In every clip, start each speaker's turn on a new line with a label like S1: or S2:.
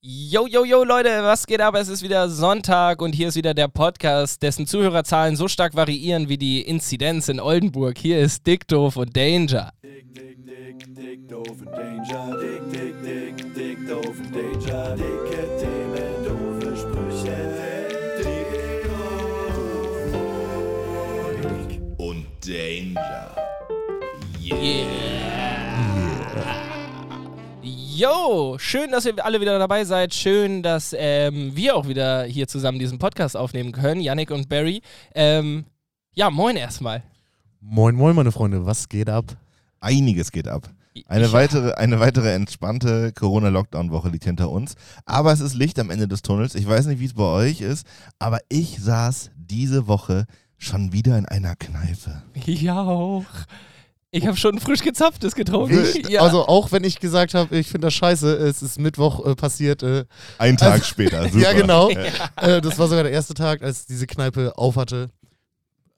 S1: Yo, yo, yo, Leute, was geht ab? Es ist wieder Sonntag und hier ist wieder der Podcast, dessen Zuhörerzahlen so stark variieren wie die Inzidenz in Oldenburg. Hier ist Dick, Doof und Danger.
S2: Dick, dick, dick, dick, doof und Danger. Dick, dick, dick, dick, doof und Danger. Dicke Themen, doofe Sprüche. Dick, doof und Danger.
S1: Yo, schön, dass ihr alle wieder dabei seid. Schön, dass ähm, wir auch wieder hier zusammen diesen Podcast aufnehmen können, Yannick und Barry. Ähm, ja, moin erstmal.
S3: Moin, moin, meine Freunde, was geht ab?
S4: Einiges geht ab. Eine,
S1: Ich-
S4: weitere, eine weitere entspannte Corona-Lockdown-Woche liegt hinter uns. Aber es ist Licht am Ende des Tunnels. Ich weiß nicht, wie es bei euch ist, aber ich saß diese Woche schon wieder in einer Kneipe.
S1: Ja, auch. Ich habe schon frisch gezapftes getrunken.
S3: Ich,
S1: ja.
S3: Also, auch wenn ich gesagt habe, ich finde das scheiße, es ist Mittwoch äh, passiert. Äh,
S4: Ein Tag
S3: Also-
S4: später. Super.
S3: ja, genau.
S4: Ja.
S3: Äh, das war sogar der erste Tag, als diese Kneipe aufhatte.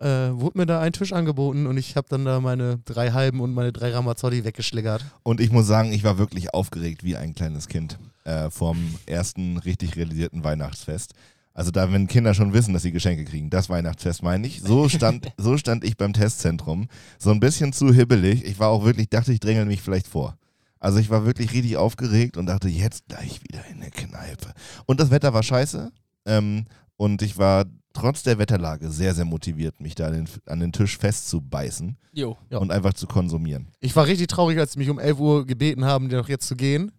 S3: Äh, wurde mir da ein Tisch angeboten und ich habe dann da meine drei Halben und meine drei Ramazzotti weggeschlägert.
S4: Und ich muss sagen, ich war wirklich aufgeregt wie ein kleines Kind äh, vom ersten richtig realisierten Weihnachtsfest. Also da, wenn Kinder schon wissen, dass sie Geschenke kriegen, das Weihnachtsfest meine ich. So stand, so stand ich beim Testzentrum. So ein bisschen zu hibbelig. Ich war auch wirklich, dachte ich, drängel mich vielleicht vor. Also ich war wirklich richtig aufgeregt und dachte, jetzt gleich wieder in eine Kneipe. Und das Wetter war scheiße. Ähm, und ich war trotz der Wetterlage sehr, sehr motiviert, mich da an den, an den Tisch festzubeißen
S1: Jo.
S3: Ja.
S4: und einfach zu konsumieren.
S3: Ich war richtig traurig, als sie mich um 11 Uhr gebeten haben, dir noch jetzt zu gehen.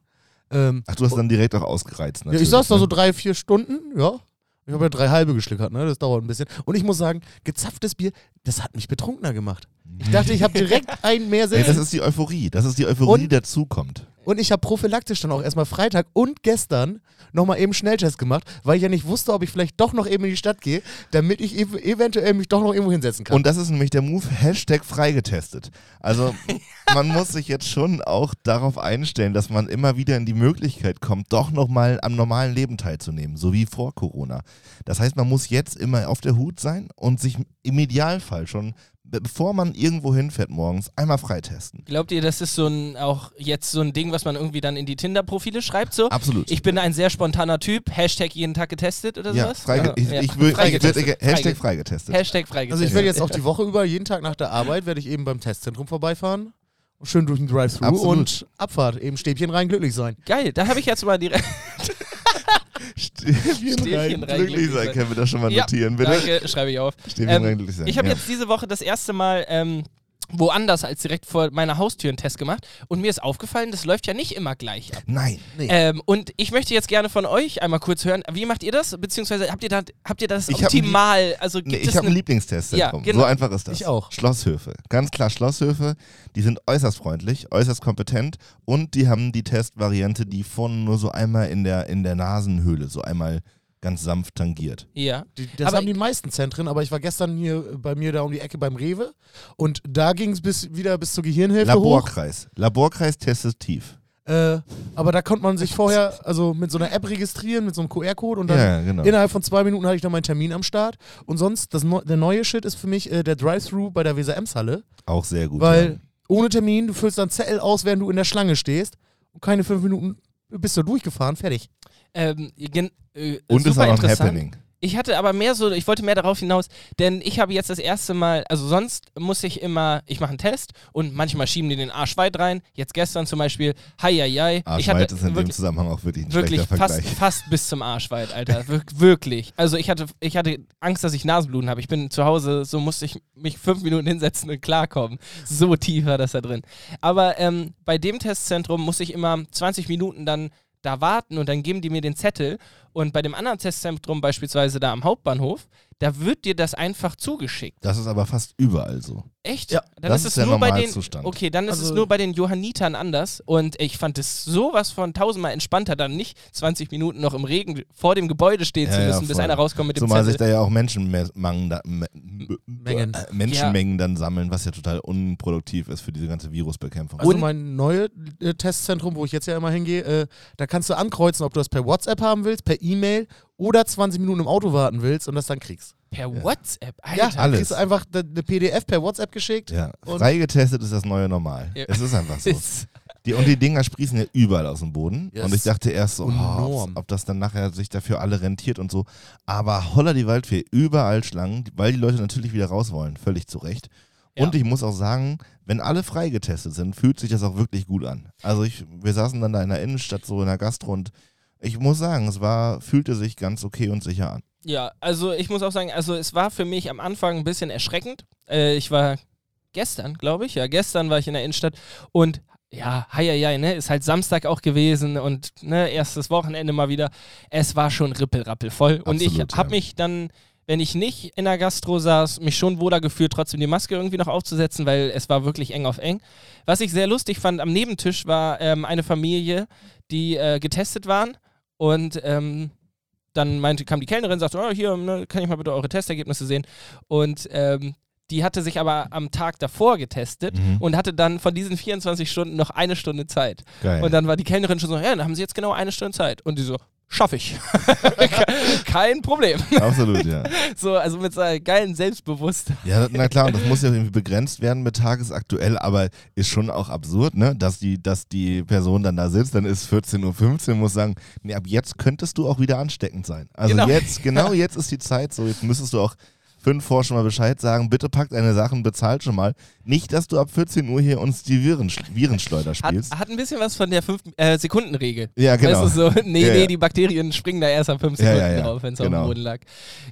S3: Ähm,
S4: Ach, du hast dann direkt auch ausgereizt.
S3: ja, ich
S4: Natürlich,
S3: saß da
S4: ne?
S3: so drei, vier Stunden, ja. Ich habe ja drei halbe geschlickert, ne? Das dauert ein bisschen. Und ich muss sagen, gezapftes Bier, das hat mich betrunkener gemacht. Ich dachte, ich habe direkt einen mehr
S4: Ey,
S3: sitzen.
S4: das ist die Euphorie. Das ist die Euphorie, die
S3: Und-
S4: dazukommt.
S3: Und ich habe prophylaktisch dann auch erstmal Freitag und gestern nochmal eben Schnelltest gemacht, weil ich ja nicht wusste, ob ich vielleicht doch noch eben in die Stadt gehe, damit ich ev eventuell mich doch noch irgendwo hinsetzen kann.
S4: Und das ist nämlich der Move Hashtag freigetestet. Also man muss sich jetzt schon auch darauf einstellen, dass man immer wieder in die Möglichkeit kommt, doch nochmal am normalen Leben teilzunehmen, so wie vor Corona. Das heißt, man muss jetzt immer auf der Hut sein und sich im Idealfall schon, be- bevor man irgendwo hinfährt morgens, einmal freitesten.
S1: Glaubt ihr, das ist so ein, auch jetzt so ein Ding, was man irgendwie dann in die Tinder-Profile schreibt? So,
S4: Absolut.
S1: ich bin ein sehr spontaner Typ, Hashtag jeden Tag getestet oder
S4: ja,
S1: sowas?
S4: freige ich,
S1: Ja.
S4: ich will,
S1: Freigetestet.
S4: Ich will, Hashtag
S1: Freigetestet.
S4: freigetestet.
S1: Hashtag freigetestet.
S3: also ich werde jetzt auch die Woche über, jeden Tag nach der Arbeit, werde ich eben beim Testzentrum vorbeifahren. Schön durch den Drive-Thru
S4: Absolut.
S3: und Abfahrt, eben Stäbchen rein, glücklich sein.
S1: Geil, da habe ich jetzt mal direkt.
S4: Stäbchen rein, glücklich sein. Können wir das schon mal
S1: Ja,
S4: notieren, bitte?
S1: Danke, schreibe ich auf.
S4: Stäbchen
S1: Ähm,
S4: rein, glücklich sein.
S1: Ich habe
S4: ja.
S1: jetzt diese Woche das erste Mal ähm, woanders als direkt vor meiner Haustür einen Test gemacht und mir ist aufgefallen, das läuft ja nicht immer gleich ab.
S4: Nein.
S1: Ähm, und ich möchte jetzt gerne von euch einmal kurz hören, wie macht ihr das? Beziehungsweise habt ihr, da, habt ihr das
S4: Ich hab ein
S1: optimal? Also gibt
S4: Nee,
S1: es
S4: ich habe
S1: eine-
S4: ein Lieblingstestzentrum.
S1: Ja, genau.
S4: So einfach ist das.
S3: Ich auch.
S4: Schlosshöfe. Ganz klar, Schlosshöfe, die sind äußerst freundlich, äußerst kompetent und die haben die Testvariante, die vorne nur so einmal in der, in der Nasenhöhle, so einmal ganz sanft tangiert.
S1: Ja.
S3: Die, das
S1: Aber-
S3: haben die meisten Zentren, aber ich war gestern hier bei mir da um die Ecke beim Rewe und da ging es bis, wieder bis zur Gehirnhälfte hoch.
S4: Laborkreis. Laborkreis testet tief.
S3: Äh, aber da konnte man sich vorher also mit so einer App registrieren, mit so einem QR-Code und dann
S4: Ja, ja, genau.
S3: innerhalb von zwei Minuten hatte ich dann meinen Termin am Start. Und sonst, das Neu- der neue Shit ist für mich äh, der Drive-Thru bei der Weser-Ems-Halle,
S4: Auch sehr gut.
S3: weil
S4: ja.
S3: ohne Termin, du füllst dann Zettel aus, während du in der Schlange stehst und keine fünf Minuten bist du durchgefahren, fertig.
S1: Ähm, gen, äh,
S4: Und
S1: super
S4: ist auch noch ein
S1: interessant.
S4: Happening.
S1: Ich hatte aber mehr so, ich wollte mehr darauf hinaus, denn ich habe jetzt das erste Mal, also sonst muss ich immer, ich mache einen Test und manchmal schieben die den Arsch weit rein. Jetzt gestern zum Beispiel, hi, hi, hi. ich hatte
S4: Arschweit Ah, ist in dem
S1: wirklich,
S4: Zusammenhang auch wirklich ein
S1: wirklich
S4: schlechter
S1: fast,
S4: Vergleich.
S1: fast bis zum Arsch weit, Alter. Wir wirklich. Also ich hatte, ich hatte Angst, dass ich Nasenbluten habe. Ich bin zu Hause, so musste ich mich fünf Minuten hinsetzen und klarkommen. So tief war das da drin. Aber ähm, bei dem Testzentrum muss ich immer 20 Minuten dann da warten und dann geben die mir den Zettel. Und bei dem anderen Testzentrum, beispielsweise da am Hauptbahnhof, da wird dir das einfach zugeschickt.
S4: Das ist aber fast überall so.
S1: Echt?
S3: Ja,
S1: dann
S4: das
S1: ist
S4: ist
S1: es
S4: der
S1: nur bei den
S4: Normalzustand.
S1: Okay, dann ist es
S3: Also-
S1: nur bei den Johannitern anders und ich fand es sowas von tausendmal entspannter, dann nicht 20 Minuten noch im Regen vor dem Gebäude stehen zu
S4: Ja, ja,
S1: müssen, bis
S4: voll.
S1: einer rauskommt mit dem
S4: Zumal sich
S1: Zettel.
S4: da ja auch Menschenmengen, da, me,
S3: Mengen.
S4: äh, Menschenmengen dann sammeln, was ja total unproduktiv ist für diese ganze Virusbekämpfung.
S3: Also
S1: Und-
S3: mein neues äh, Testzentrum, wo ich jetzt ja immer hingehe, äh, da kannst du ankreuzen, ob du das per WhatsApp haben willst, per E-Mail oder 20 Minuten im Auto warten willst und das dann kriegst.
S1: Per WhatsApp,
S3: Ja,
S1: Alter.
S3: da
S4: alles.
S3: kriegst du einfach eine PDF per WhatsApp geschickt.
S4: ja,
S3: Und-
S4: freigetestet ist das neue Normal.
S1: Ja.
S4: Es ist einfach so.
S1: Ist-
S4: Die, und die Dinger sprießen ja überall aus dem Boden.
S3: Ja,
S4: und
S3: das
S4: ich dachte erst so, oh,
S3: enorm.
S4: ob, ob das dann nachher sich dafür alle rentiert und so. Aber holla die Waldfee, überall Schlangen, weil die Leute natürlich wieder raus wollen. Völlig zu Recht.
S1: Ja.
S4: Und ich muss auch sagen, wenn alle freigetestet sind, fühlt sich das auch wirklich gut an. Also ich, wir saßen dann da in der Innenstadt, so in der Gastro und ich muss sagen, es war, fühlte sich ganz okay und sicher an.
S1: Ja, also ich muss auch sagen, also es war für mich am Anfang ein bisschen erschreckend. Äh, ich war gestern, glaube ich, ja, gestern war ich in der Innenstadt und ja, hei, hei, hei, ne, ist halt Samstag auch gewesen und ne, erstes Wochenende mal wieder. Es war schon rippelrappelvoll und ich
S4: Absolut,
S1: habe
S4: ja.
S1: mich dann, wenn ich nicht in der Gastro saß, mich schon wohler gefühlt, trotzdem die Maske irgendwie noch aufzusetzen, weil es war wirklich eng auf eng. Was ich sehr lustig fand, am Nebentisch war ähm, eine Familie, die äh, getestet waren und ähm, dann meinte, kam die Kellnerin, sagte, oh, hier, ne, kann ich mal bitte eure Testergebnisse sehen. Und ähm, die hatte sich aber am Tag davor getestet
S4: Mhm.
S1: und hatte dann von diesen 24 Stunden noch eine Stunde Zeit.
S4: Geil.
S1: Und dann war die Kellnerin schon so, ja, dann haben sie jetzt genau eine Stunde Zeit. Und die so, schaffe ich. Kein Problem.
S4: Absolut, ja.
S1: So, also mit so einem geilen Selbstbewusstsein.
S4: Ja, na klar, und das muss ja irgendwie begrenzt werden mit tagesaktuell, aber ist schon auch absurd, ne? Dass die, dass die Person dann da sitzt, dann ist 14.15 Uhr, muss sagen, nee, ab jetzt könntest du auch wieder ansteckend sein. Also
S1: Genau.
S4: jetzt, genau jetzt ist die Zeit, so jetzt müsstest du auch fünf vor schon mal Bescheid sagen, bitte packt deine Sachen, bezahlt schon mal. Nicht, dass du ab 14 Uhr hier uns die Viren, Virenschleuder
S1: Hat,
S4: spielst.
S1: hat ein bisschen was von der 5-Sekunden-Regel.
S4: ja, genau.
S1: Weißt du, so, nee,
S4: Ja,
S1: nee,
S4: ja.
S1: die Bakterien springen da erst ab 5
S4: Ja, ja,
S1: Sekunden
S4: ja.
S1: drauf, wenn es auf
S4: Genau.
S1: dem Boden lag.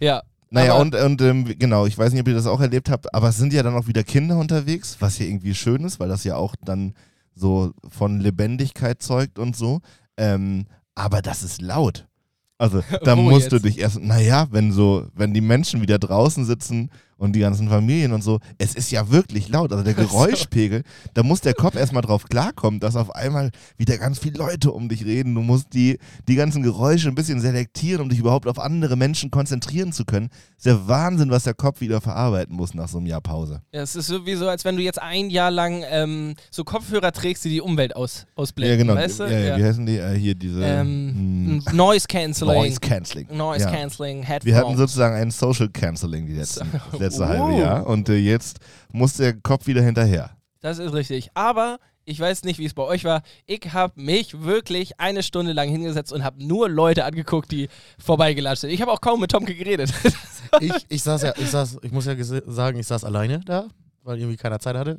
S1: Ja.
S4: Naja,
S1: Aber-
S4: und, und ähm, genau, ich weiß nicht, ob ihr das auch erlebt habt, aber es sind ja dann auch wieder Kinder unterwegs, was ja irgendwie schön ist, weil das ja auch dann so von Lebendigkeit zeugt und so. Ähm, aber das ist laut. Also, da
S1: Wo
S4: musst
S1: jetzt?
S4: du dich erst, naja, wenn so, wenn die Menschen wieder draußen sitzen und die ganzen Familien und so, es ist ja wirklich laut. Also der Geräuschpegel, da muss der Kopf erstmal drauf klarkommen, dass auf einmal wieder ganz viele Leute um dich reden. Du musst die, die ganzen Geräusche ein bisschen selektieren, um dich überhaupt auf andere Menschen konzentrieren zu können. Ist ja Wahnsinn, was der Kopf wieder verarbeiten muss nach so einem Jahr Pause.
S1: Ja, es ist sowieso, als wenn du jetzt ein Jahr lang ähm, so Kopfhörer trägst, die die Umwelt aus, ausblenden. Weißt du?
S4: ja, ja. Wie heißen die? Äh, hier diese
S1: Ähm,
S4: mh,
S1: Noise Cancelling.
S4: Hm. Noise
S1: Noise,
S4: Cancelling. Ja.
S1: Cancelling Headphones.
S4: Wir hatten sozusagen ein Social Canceling die letzten, das letzte
S1: Oh.
S4: halbe Jahr und äh, jetzt muss der Kopf wieder hinterher.
S1: das ist richtig. Aber ich weiß nicht, wie es bei euch war. Ich habe mich wirklich eine Stunde lang hingesetzt und habe nur Leute angeguckt, die vorbeigelatscht sind. Ich habe auch kaum mit Tomke geredet.
S3: ich, ich saß ja, ich saß, ich muss ja gese- sagen, ich saß alleine da, weil irgendwie keiner Zeit hatte.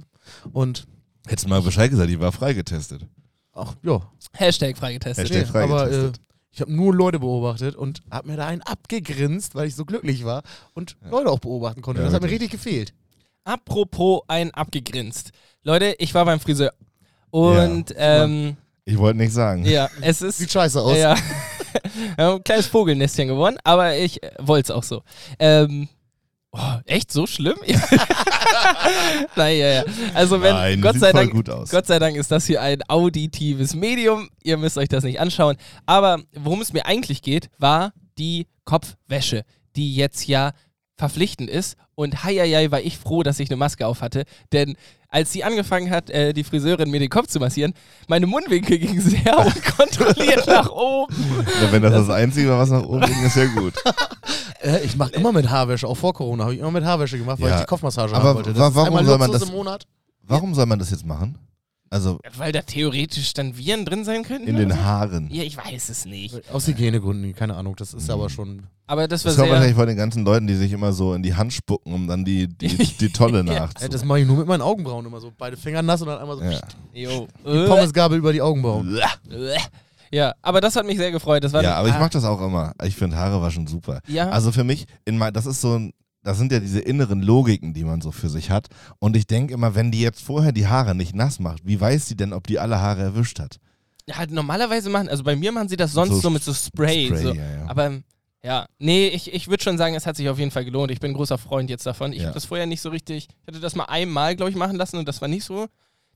S3: Und
S4: Hättest du mal Bescheid gesagt, die war freigetestet.
S3: ach, ja.
S1: Hashtag freigetestet.
S4: Hashtag
S3: aber äh,
S4: freigetestet.
S3: ich habe nur Leute beobachtet und habe mir da einen abgegrinst, weil ich so glücklich war und Leute auch beobachten konnte.
S4: Ja,
S3: das hat mir
S4: wirklich.
S3: richtig gefehlt.
S1: Apropos ein abgegrinst. Leute, ich war beim Friseur. Und ja, ähm,
S4: Ich wollte nicht sagen.
S1: ja es ist
S3: Sieht scheiße aus.
S1: Ja. Wir haben ein kleines Vogelnestchen gewonnen, aber ich wollte es auch so. Ähm, oh, echt so schlimm? Nein, ja, ja. Also wenn
S4: Nein,
S1: Gott
S4: sieht
S1: sei
S4: voll
S1: Dank,
S4: gut aus.
S1: Gott sei Dank ist das hier ein auditives Medium. Ihr müsst euch das nicht anschauen. Aber worum es mir eigentlich geht, war die Kopfwäsche, die jetzt ja verpflichtend ist. Und hei, hei, hei, war ich froh, dass ich eine Maske auf hatte, denn als sie angefangen hat, äh, die Friseurin mir den Kopf zu massieren, meine Mundwinkel gingen sehr unkontrolliert nach oben.
S4: Na, Wenn das das Einzige war, was nach oben ging, ist ja gut.
S3: Äh, ich mache immer mit Haarwäsche, auch vor Corona habe ich immer mit Haarwäsche gemacht, weil
S4: Ja.
S3: ich die Kopfmassage
S4: Aber
S3: haben wollte.
S4: wa-
S3: ist
S4: warum
S3: einmal
S4: soll man
S3: Luxus
S4: das-
S3: im Monat?
S4: Warum soll man das jetzt machen? Also
S1: Weil da theoretisch dann Viren drin sein könnten?
S4: in den Haaren.
S1: ja, ich weiß es nicht.
S3: Aus Hygienegründen, keine Ahnung, das ist
S4: Mhm.
S3: aber schon.
S1: Äh, Aber das war
S4: Das kommt
S1: sehr...
S4: wahrscheinlich von den ganzen Leuten, die sich immer so in die Hand spucken, um dann die, die, die Tolle
S3: Äh,
S4: nachzu.
S3: das mache ich nur mit meinen Augenbrauen immer so. Beide Finger nass und dann einmal so
S4: Ja.
S1: Jo. Äh,
S3: Pommesgabel über die Augenbrauen.
S1: Ja, aber das hat mich sehr gefreut. Das war äh,
S4: Ja, aber ich mache das auch immer. Ich finde Haare waschen super.
S1: ah. Ja.
S4: Also für mich, in mein, das ist so ein, das sind ja diese inneren Logiken, die man so für sich hat. Und ich denke immer, wenn die jetzt vorher die Haare nicht nass macht, wie weiß sie denn, ob die alle Haare erwischt hat?
S1: halt normalerweise machen, also bei mir machen sie das sonst
S4: So
S1: so, mit so Spray.
S4: Spray,
S1: so.
S4: ja, ja.
S1: Aber ähm, ja, nee, ich, ich würde schon sagen, es hat sich auf jeden Fall gelohnt. Ich bin ein großer Freund jetzt davon. Ich
S4: Ja.
S1: habe das vorher nicht so richtig, ich hatte das mal einmal, glaube ich, machen lassen und das war nicht so,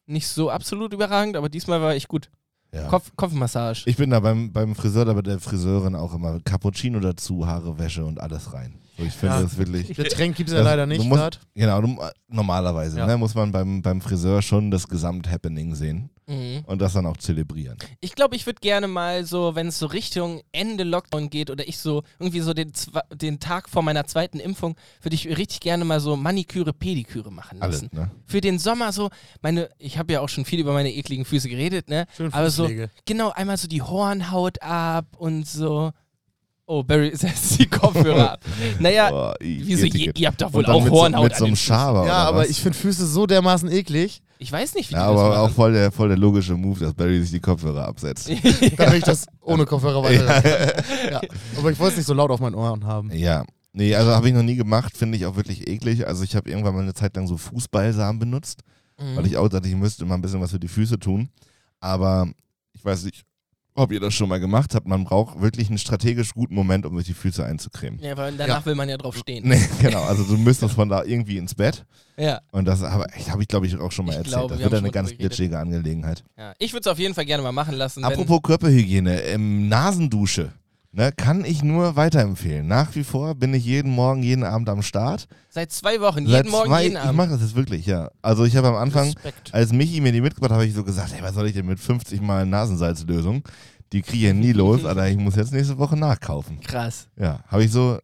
S1: nicht so absolut überragend, aber diesmal war ich gut.
S4: Ja.
S1: Kopf, Kopfmassage.
S4: Ich bin da beim, beim Friseur, da bei der Friseurin auch immer Cappuccino dazu, Haare, Wäsche und alles rein. So, ich finde
S3: Ja.
S4: das wirklich.
S3: Getränk gibt es ja
S4: Das-
S3: leider
S4: Du
S3: nicht
S4: musst,
S3: grad.
S4: genau, du, normalerweise
S3: Ja.
S4: ne, muss man beim, beim Friseur schon das Gesamthappening sehen.
S1: Mhm.
S4: und das dann auch zelebrieren.
S1: Ich glaube, ich würde gerne mal so, wenn es so Richtung Ende Lockdown geht oder ich so irgendwie so den, zwe- den Tag vor meiner zweiten Impfung, würde ich richtig gerne mal so Maniküre, Pediküre machen
S4: Alles,
S1: lassen.
S4: ne?
S1: Für den Sommer so, meine, ich habe ja auch schon viel über meine ekligen Füße geredet, ne?
S3: Schön
S1: Aber so,
S3: Fußpflege.
S1: genau, einmal so die Hornhaut ab und so. Oh, Barry setzt die Kopfhörer ab. Naja,
S4: Boah, i-
S1: Wieso, ihr,
S4: Etikett.
S1: ihr habt doch
S4: Und
S1: wohl
S4: dann
S1: auch
S4: mit
S1: Hornhaut
S4: So, mit
S1: an
S4: so einem
S1: den Füßen.
S4: Schaber
S3: Ja,
S4: oder
S3: aber
S4: was?
S3: ich finde Füße so dermaßen eklig,
S1: Ich weiß nicht, wie
S4: ja,
S1: die das
S4: aber auch
S1: machen.
S4: voll der, voll der logische Move, dass Barry sich die Kopfhörer absetzt.
S3: dann will ich das ohne Kopfhörer weiter. Ja. Aber ich wollte es nicht so laut auf meinen Ohren haben.
S4: Ja. Nee, also habe ich noch nie gemacht, finde ich auch wirklich eklig. Also ich habe irgendwann mal eine Zeit lang so Fußbalsam benutzt,
S1: Mhm.
S4: weil ich auch dachte, ich müsste mal ein bisschen was für die Füße tun. Aber ich weiß nicht, ob ihr das schon mal gemacht habt. Man braucht wirklich einen strategisch guten Moment, um sich die Füße einzucremen.
S1: ja, weil danach will man ja drauf stehen.
S4: Nee, genau. Also du müsstest von da irgendwie ins Bett.
S1: Ja.
S4: Und das habe ich, hab ich glaube ich, auch schon mal
S1: Ich
S4: erzählt.
S1: glaube,
S4: das
S1: wir
S4: wird
S1: haben
S4: eine
S1: schon
S4: ganz
S1: drüber geredet.
S4: glitschige Angelegenheit.
S1: ja. Ich würde es auf jeden Fall gerne mal machen lassen. wenn-
S4: Apropos Körperhygiene, ähm, Nasendusche. Ne, kann ich nur weiterempfehlen. Nach wie vor bin ich jeden Morgen, jeden Abend am Start.
S1: Seit zwei Wochen,
S4: Seit
S1: jeden Morgen,
S4: zwei,
S1: jeden
S4: Ich
S1: Abend.
S4: mache das jetzt wirklich, ja. Also ich habe am Anfang,
S1: Respekt.
S4: als Michi mir die mitgebracht hat, habe ich so gesagt, ey, was soll ich denn mit 50 Mal Nasensalzlösung? Die kriege ich nie los, aber ich muss jetzt nächste Woche nachkaufen.
S1: Krass.
S4: Ja, habe ich so,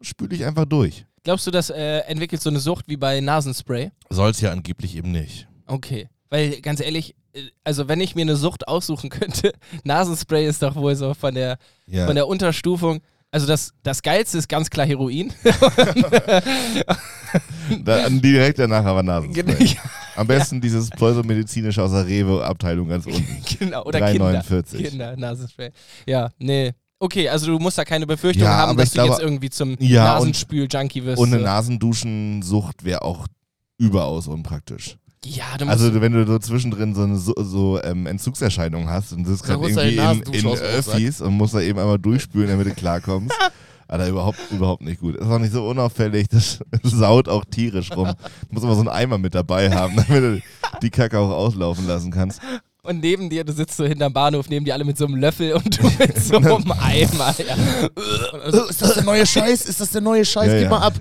S4: spüle ich einfach durch.
S1: Glaubst du, das äh, entwickelt so eine Sucht wie bei Nasenspray?
S4: Soll es ja angeblich eben nicht.
S1: Okay. Weil, ganz ehrlich, äh, also wenn ich mir eine Sucht aussuchen könnte, Nasenspray ist doch wohl so von der,
S4: Ja.
S1: von der Unterstufung. Also das, das Geilste ist ganz klar Heroin.
S4: Da, direkt danach aber Nasenspray.
S1: Genau.
S4: Am besten dieses pseudomedizinische aus der Rewe-Abteilung ganz unten.
S1: Genau, oder
S4: 3,49.
S1: Kinder. Kinder, Nasenspray. Ja, nee. Okay, also du musst da keine Befürchtung
S4: Ja,
S1: haben,
S4: aber
S1: dass
S4: ich
S1: du jetzt
S4: glaube-
S1: irgendwie zum
S4: Ja, und-
S1: Nasenspül-Junkie wirst.
S4: Und eine
S1: so.
S4: Nasenduschensucht wäre auch überaus unpraktisch.
S1: ja, du musst
S4: Also wenn du so zwischendrin so eine so, so ähm, Entzugserscheinung hast und sitzt
S3: Dann
S4: gerade
S3: holst du
S4: irgendwie
S3: deine
S4: in,
S3: Nasendusche
S4: in
S3: aus dem Rucksack.
S4: Öffis und musst da eben einmal durchspülen, damit du klarkommst. Alter, überhaupt, überhaupt nicht gut. Ist auch nicht so unauffällig, das saut auch tierisch rum. Du musst immer so einen Eimer mit dabei haben, damit du die Kacke auch auslaufen lassen kannst.
S1: und neben dir, du sitzt so hinterm Bahnhof, neben dir alle mit so einem Löffel und du mit so einem Eimer. Ja.
S3: Also, ist das der neue Scheiß? Ist das der neue Scheiß?
S4: Ja,
S3: Gib
S4: ja.
S3: mal ab.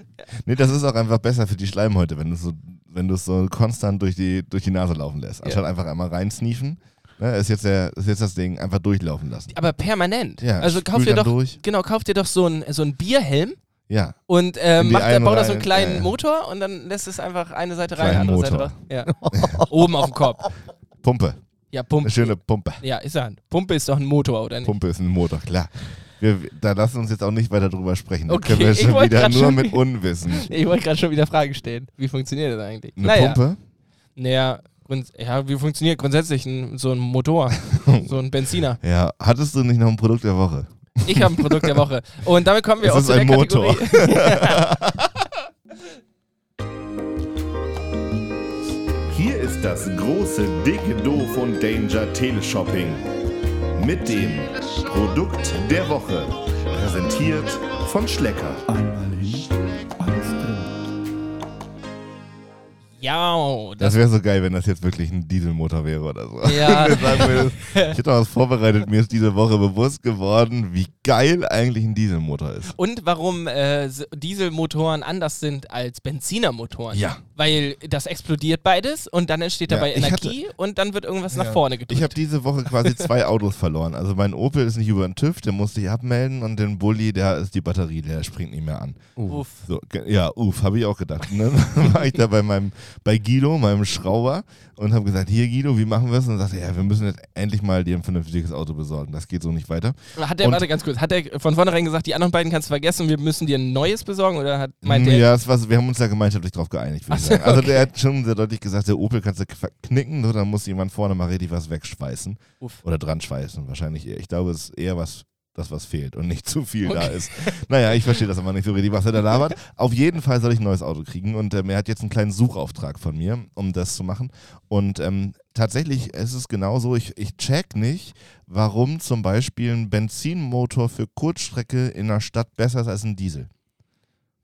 S4: Nee, das ist auch einfach besser für die Schleimhäute, wenn du es so, wenn du es so konstant durch die, durch die Nase laufen lässt. Anstatt einfach einmal reinsniefen. Ne, ist, jetzt der, ist jetzt das Ding, einfach durchlaufen lassen.
S1: Aber permanent.
S4: Ja,
S1: also kauf
S4: spül
S1: dir
S4: dann
S1: doch,
S4: durch.
S1: genau, kauf dir doch so einen so einen Bierhelm
S4: Ja.
S1: und äh,
S4: In die
S1: mach, da,
S4: eine
S1: bau da so einen
S4: rein,
S1: kleinen
S4: ja, ja.
S1: Motor und dann lässt es einfach eine Seite rein,
S4: Kleinen
S1: andere
S4: Motor.
S1: Seite raus. Ja. Oben auf dem Kopf.
S4: Pumpe.
S1: Ja,
S4: Eine
S1: Pumpe.
S4: schöne Pumpe.
S1: Ja, ist ja ein. Pumpe ist doch ein Motor, oder nicht?
S4: Pumpe ist ein Motor, klar. Wir, da lassen wir uns jetzt auch nicht weiter drüber sprechen. Da
S1: Okay,
S4: können wir
S1: ich
S4: schon
S1: wollte
S4: wieder
S1: grad
S4: nur
S1: schon-
S4: mit Unwissen.
S1: Ich wollte gerade schon wieder Fragen stellen. Wie funktioniert das eigentlich?
S4: Eine
S1: naja.
S4: Pumpe?
S1: Naja, grunds ja, wie funktioniert grundsätzlich ein, so ein Motor, so ein Benziner?
S4: Ja. Hattest du nicht noch ein Produkt der Woche?
S1: Ich habe ein Produkt der Woche. Und damit kommen wir
S4: Es
S1: auch
S4: ist
S1: zu
S4: ein
S1: der
S4: Motor.
S1: Kategorie.
S5: Hier ist das große, dicke Do von Danger Teleshopping. Mit dem Produkt der Woche. Präsentiert von Schlecker.
S2: Einmal hin, alles drin.
S1: Ja, das
S4: Das wäre so geil, wenn das jetzt wirklich ein Dieselmotor wäre oder so.
S1: Ja.
S4: Wenn du sagen würdest, ich hätte was vorbereitet, mir ist diese Woche bewusst geworden, wie geil eigentlich ein Dieselmotor ist.
S1: und warum äh, S- Dieselmotoren anders sind als Benzinermotoren.
S4: Ja.
S1: Weil das explodiert beides und dann entsteht
S4: Ja,
S1: dabei
S4: ich hatte-
S1: Energie und dann wird irgendwas
S4: Ja.
S1: nach vorne
S4: Ich habe
S1: gedrückt.
S4: diese Woche quasi zwei Autos verloren. Also mein Opel ist nicht über den TÜV, den musste ich abmelden und den Bulli, der ist die Batterie, der springt nicht mehr an.
S1: Uff.
S4: So, ge- ja, uff, habe ich auch gedacht. Und dann war ich da bei meinem, bei Guido, meinem Schrauber, und habe gesagt, hier Guido, wie machen wir es? Und dann sagte er, ja, wir müssen jetzt endlich mal dir ein vernünftiges Auto besorgen. Das geht so nicht weiter.
S1: Hat der,
S4: Und-
S1: warte ganz kurz, hat der von vornherein gesagt, die anderen beiden kannst du vergessen, wir müssen dir ein neues besorgen? Oder hat, meint der,
S4: Mhm, ja, es war, so- wir haben uns da gemeinschaftlich drauf geeinigt, würde
S1: Ach
S4: ich
S1: so,
S4: sagen. Also
S1: okay.
S4: der hat schon sehr deutlich gesagt, der Opel kannst du knicken, so, dann muss jemand vorne mal richtig was wegschweißen
S1: Uff.
S4: oder dran schweißen, wahrscheinlich eher. Ich glaube, es ist eher was, das was fehlt und nicht zu viel da
S1: Okay.
S4: ist. Naja, ich verstehe das aber nicht so richtig, was er da labert. Auf jeden Fall soll ich ein neues Auto kriegen und ähm, er hat jetzt einen kleinen Suchauftrag von mir, um das zu machen. Und ähm, tatsächlich ist es genau so, ich, ich check nicht, warum zum Beispiel ein Benzinmotor für Kurzstrecke in der Stadt besser ist als ein Diesel.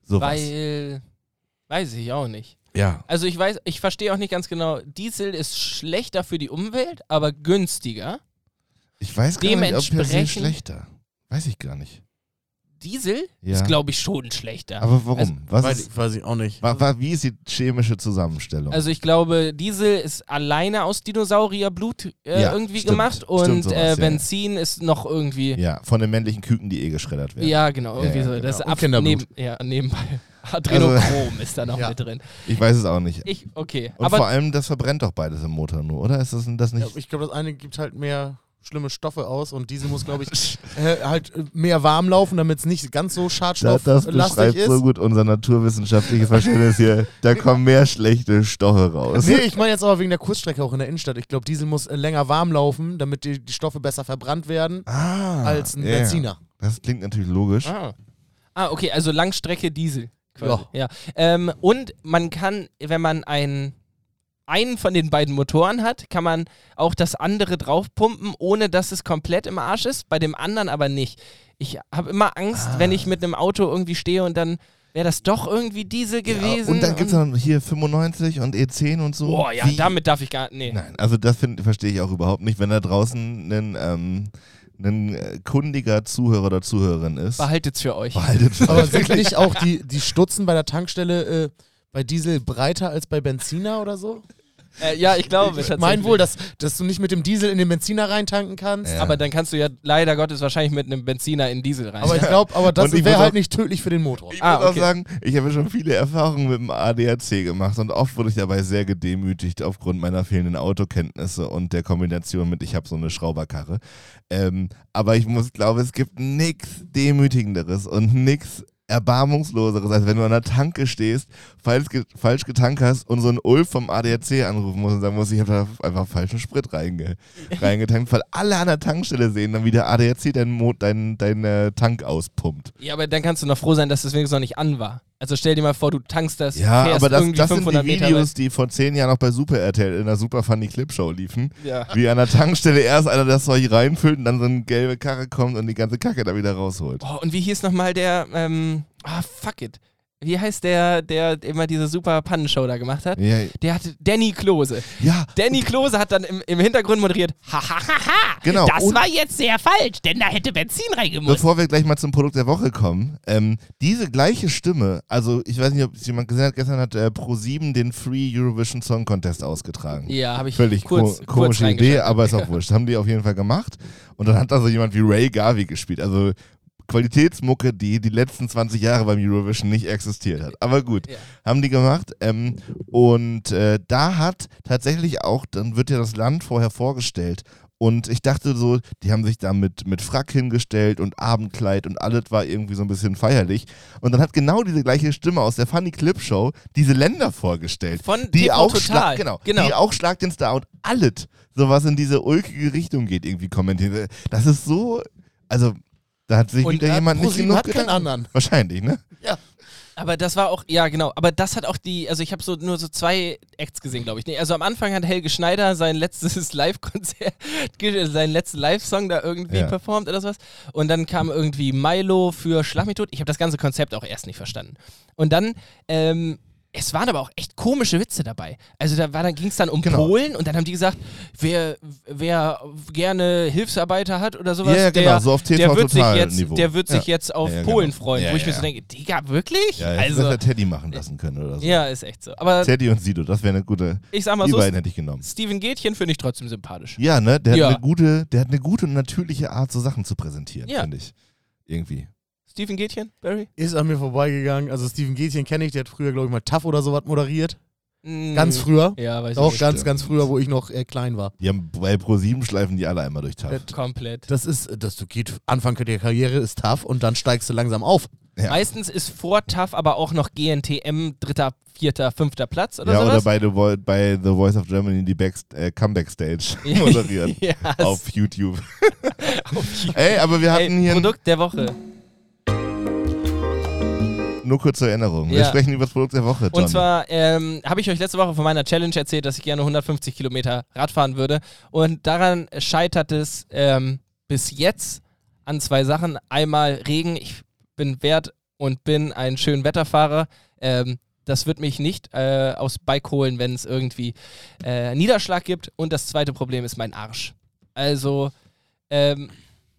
S4: So was.
S1: weil, weiß ich auch nicht.
S4: Ja.
S1: Also ich weiß, ich verstehe auch nicht ganz genau, Diesel ist schlechter für die Umwelt, aber günstiger.
S4: Ich weiß gar nicht, ob per se
S1: Dementsprechend-
S4: schlechter. Weiß ich gar nicht.
S1: Diesel
S4: Ja.
S1: ist, glaube ich, schon schlechter.
S4: Aber warum?
S1: Also,
S4: Was
S3: Weiß
S4: ist,
S3: ich, weiß ich auch nicht.
S4: wa, wa, wie ist die chemische Zusammenstellung?
S1: also ich glaube, Diesel ist alleine aus Dinosaurierblut äh,
S4: Ja,
S1: irgendwie
S4: stimmt.
S1: gemacht
S4: Stimmt
S1: und
S4: sowas, ja, ja.
S1: äh, Benzin ist noch irgendwie.
S4: ja, von den männlichen Küken, die eh geschreddert werden.
S1: Ja, genau, irgendwie
S4: ja,
S1: so. Das ist
S3: Und
S1: ab, neben,
S3: Kinderblut.
S1: ja, nebenbei.
S4: Also
S1: Adrenochrom ist da noch
S3: Ja.
S1: mit drin.
S4: Ich weiß es auch nicht.
S1: Ich, okay.
S4: Und vor
S1: aber
S4: allem, das verbrennt doch beides im Motor nur, oder? Ist das, das
S3: Ja,
S4: nicht.
S3: ich glaube, das eine gibt halt mehr schlimme Stoffe aus und diese muss, glaube ich, äh, halt äh, mehr warm laufen, damit es nicht ganz so
S4: das, das
S3: schadstofflastig
S4: beschreibt
S3: ist.
S4: so gut unser naturwissenschaftliches Verständnis hier. Da kommen mehr schlechte Stoffe raus.
S3: Nee, ich meine jetzt aber wegen der Kurzstrecke auch in der Innenstadt. Ich glaube, Diesel muss äh, länger warm laufen, damit die, die Stoffe besser verbrannt werden
S4: Ah,
S3: als ein
S4: ja, ja.
S3: Benziner.
S4: Das klingt natürlich logisch.
S1: Ah. ah, okay, also Langstrecke Diesel. Quasi.
S3: Ja.
S1: Ja. Ähm, und man kann, wenn man einen, einen von den beiden Motoren hat, kann man auch das andere draufpumpen, ohne dass es komplett im Arsch ist, bei dem anderen aber nicht. Ich habe immer Angst,
S4: Ah.
S1: wenn ich mit einem Auto irgendwie stehe und dann wäre das doch irgendwie Diesel gewesen.
S4: und dann gibt es dann hier 95 und E10 und so.
S1: Boah, ja,
S4: Wie?
S1: damit darf ich gar nee.
S4: Nein, also das find- verstehe ich auch überhaupt nicht, wenn da draußen ein, ähm, ein äh, kundiger Zuhörer oder Zuhörerin ist.
S1: Behaltet's für euch.
S4: Behaltet.
S3: Aber sind nicht auch die, die Stutzen bei der Tankstelle äh, bei Diesel breiter als bei Benziner oder so?
S1: Äh, ja, ich glaube.
S3: Ich meine
S1: tatsächlich.
S3: wohl, dass, dass du nicht mit dem Diesel in den Benziner reintanken kannst.
S4: Ja.
S1: Aber dann kannst du ja leider Gottes wahrscheinlich mit einem Benziner in Diesel rein.
S3: Aber ich glaube, aber das
S4: Und ich
S3: wäre
S4: muss
S3: halt
S4: auch-
S3: nicht tödlich für den Motor.
S4: Ich
S1: Ah,
S4: muss
S1: okay.
S4: auch sagen, ich habe schon viele Erfahrungen mit dem ADAC gemacht und oft wurde ich dabei sehr gedemütigt aufgrund meiner fehlenden Autokenntnisse und der Kombination mit, ich habe so eine Schrauberkarre. Ähm, aber ich muss glaube, es gibt nichts Demütigenderes und nichts Erbarmungsloseres, als wenn du an der Tanke stehst, falsch, ge falsch getankt hast und so ein Ulf vom ADAC anrufen musst und sagen musst, ich habe da einfach falschen Sprit reinge reingetankt, weil alle an der Tankstelle sehen, dann wie der ADAC deinen Mo dein, dein, äh, Tank auspumpt.
S1: Ja, aber dann kannst du noch froh sein, dass das wenigstens noch nicht an war. Also stell dir mal vor, du tankst das,
S4: Ja,
S1: fährst
S4: aber das,
S1: irgendwie
S4: das sind
S1: 500
S4: die
S1: Meter
S4: Videos, die vor zehn Jahren noch bei Super RTL in der Super Funny Clip Show liefen.
S1: Ja.
S4: Wie an der Tankstelle erst einer das Zeug reinfüllt und dann so eine gelbe Karre kommt und die ganze Kacke da wieder rausholt.
S1: Oh, und wie hieß nochmal der, ähm, ah, fuck it. Wie heißt der, der immer diese super Pannenshow da gemacht hat?
S4: Ja,
S1: Der hatte Danny Klose.
S4: ja
S1: Danny Klose hat dann im, im Hintergrund moderiert, hahaha,
S4: Genau,
S1: das
S4: und-
S1: war jetzt sehr falsch, denn da hätte Benzin reingemusst.
S4: bevor wir gleich mal zum Produkt der Woche kommen, ähm, diese gleiche Stimme, also ich weiß nicht, ob es jemand gesehen hat, gestern hat äh, Pro7 den Free Eurovision Song Contest ausgetragen.
S1: Ja, habe ich
S4: Völlig
S1: kurz,
S4: ko
S1: kurz
S4: komische
S1: reingeschaut.
S4: Idee, aber ist auch wurscht. Haben die auf jeden Fall gemacht. Und dann hat da so jemand wie Ray Garvey gespielt. Also Qualitätsmucke, die die letzten 20 Jahre beim Eurovision nicht existiert hat. Aber gut,
S1: Ja.
S4: haben die gemacht. Ähm, und äh, da hat tatsächlich auch, dann wird ja das Land vorher vorgestellt. Und ich dachte so, die haben sich da mit, mit Frack hingestellt und Abendkleid und alles war irgendwie so ein bisschen feierlich. Und dann hat genau diese gleiche Stimme aus der Funny Clip Show diese Länder vorgestellt.
S1: Von
S4: die
S1: TV
S4: auch
S1: Total.
S4: Schlag, genau,
S1: Genau.
S4: Die auch Schlag den Star und alles, so was in diese ulkige Richtung geht, irgendwie kommentieren. Das ist so, also da hat sich
S1: Und
S4: wieder
S1: da
S4: jemand nicht
S3: ProSieben
S4: genug
S3: hat keinen
S4: Gedanken-
S3: anderen.
S4: Wahrscheinlich, ne?
S1: Aber das war auch, ja genau, aber das hat auch die, also ich habe so nur so zwei Acts gesehen, glaube ich. Nee, also am Anfang hat Helge Schneider sein letztes Live-Konzert, ge- seinen letzten Live-Song da irgendwie
S4: Ja.
S1: performt oder sowas. Und dann kam irgendwie Milo für Schlag mich tot. Ich habe das ganze Konzept auch erst nicht verstanden. Und dann, ähm, es waren aber auch echt komische Witze dabei. Also da war, dann ging es dann um
S4: Genau.
S1: Polen und dann haben die gesagt, wer, wer gerne Hilfsarbeiter hat oder sowas,
S4: Ja, ja, genau,
S1: der,
S4: so auf
S1: der wird sich
S4: TV-Total
S1: jetzt,
S4: Niveau.
S1: der wird sich
S4: Ja.
S1: jetzt auf
S4: Ja, ja,
S1: Polen
S4: genau.
S1: freuen,
S4: Ja,
S1: wo
S4: ja,
S1: ich mir so
S4: ja.
S1: denke, Digga, wirklich?
S4: Ja, hätte
S1: also,
S4: das der Teddy machen lassen können oder so.
S1: ja, ist echt so. Aber
S4: Teddy und Sido, das wäre eine gute.
S1: ich sag mal
S4: die
S1: so,
S4: beiden hätte ich genommen.
S1: Steven Gätchen finde ich trotzdem sympathisch.
S4: Ja, ne? Der,
S1: Ja.
S4: Hat eine gute, der hat eine gute und natürliche Art, so Sachen zu präsentieren,
S1: Ja.
S4: finde ich. Irgendwie.
S1: Steven Gätchen, Barry?
S3: Ist an mir vorbeigegangen. Also Steven Gätchen kenne ich, der hat früher, glaube ich, mal TAF oder sowas moderiert.
S4: Hm.
S1: Mm,
S3: Ganz früher.
S1: Ja, weiß
S3: Auch
S1: ich
S3: ganz,
S4: stimmt.
S3: ganz früher, wo ich noch äh, klein war.
S4: Die haben bei Pro7 schleifen die alle einmal durch TAF.
S1: nicht. Komplett.
S3: Das ist, das du geht, Anfang der Karriere ist tough und dann steigst du langsam auf.
S4: Ja.
S1: Meistens ist vor TAF aber auch noch GNTM dritter, vierter, fünfter Platz oder
S4: ja, oder
S1: sowas.
S4: bei The, Vo bei The Voice of Germany die Backst äh, Comeback Stage moderieren.
S1: ja,
S4: Auf YouTube. Ey, aber wir hatten
S1: Ey,
S4: hier
S1: Produkt der Woche.
S4: nur kurz zur Erinnerung. Wir
S1: Ja.
S4: sprechen über das Produkt der Woche. John.
S1: Und zwar ähm, habe ich euch letzte Woche von meiner Challenge erzählt, dass ich gerne 150 Kilometer Rad fahren würde. Und daran scheitert es ähm, bis jetzt an zwei Sachen. Einmal Regen. Ich bin wert und bin ein schön Wetterfahrer. Ähm, das wird mich nicht äh, aufs Bike holen, wenn es irgendwie äh, Niederschlag gibt. Und das zweite Problem ist mein Arsch. Also ähm,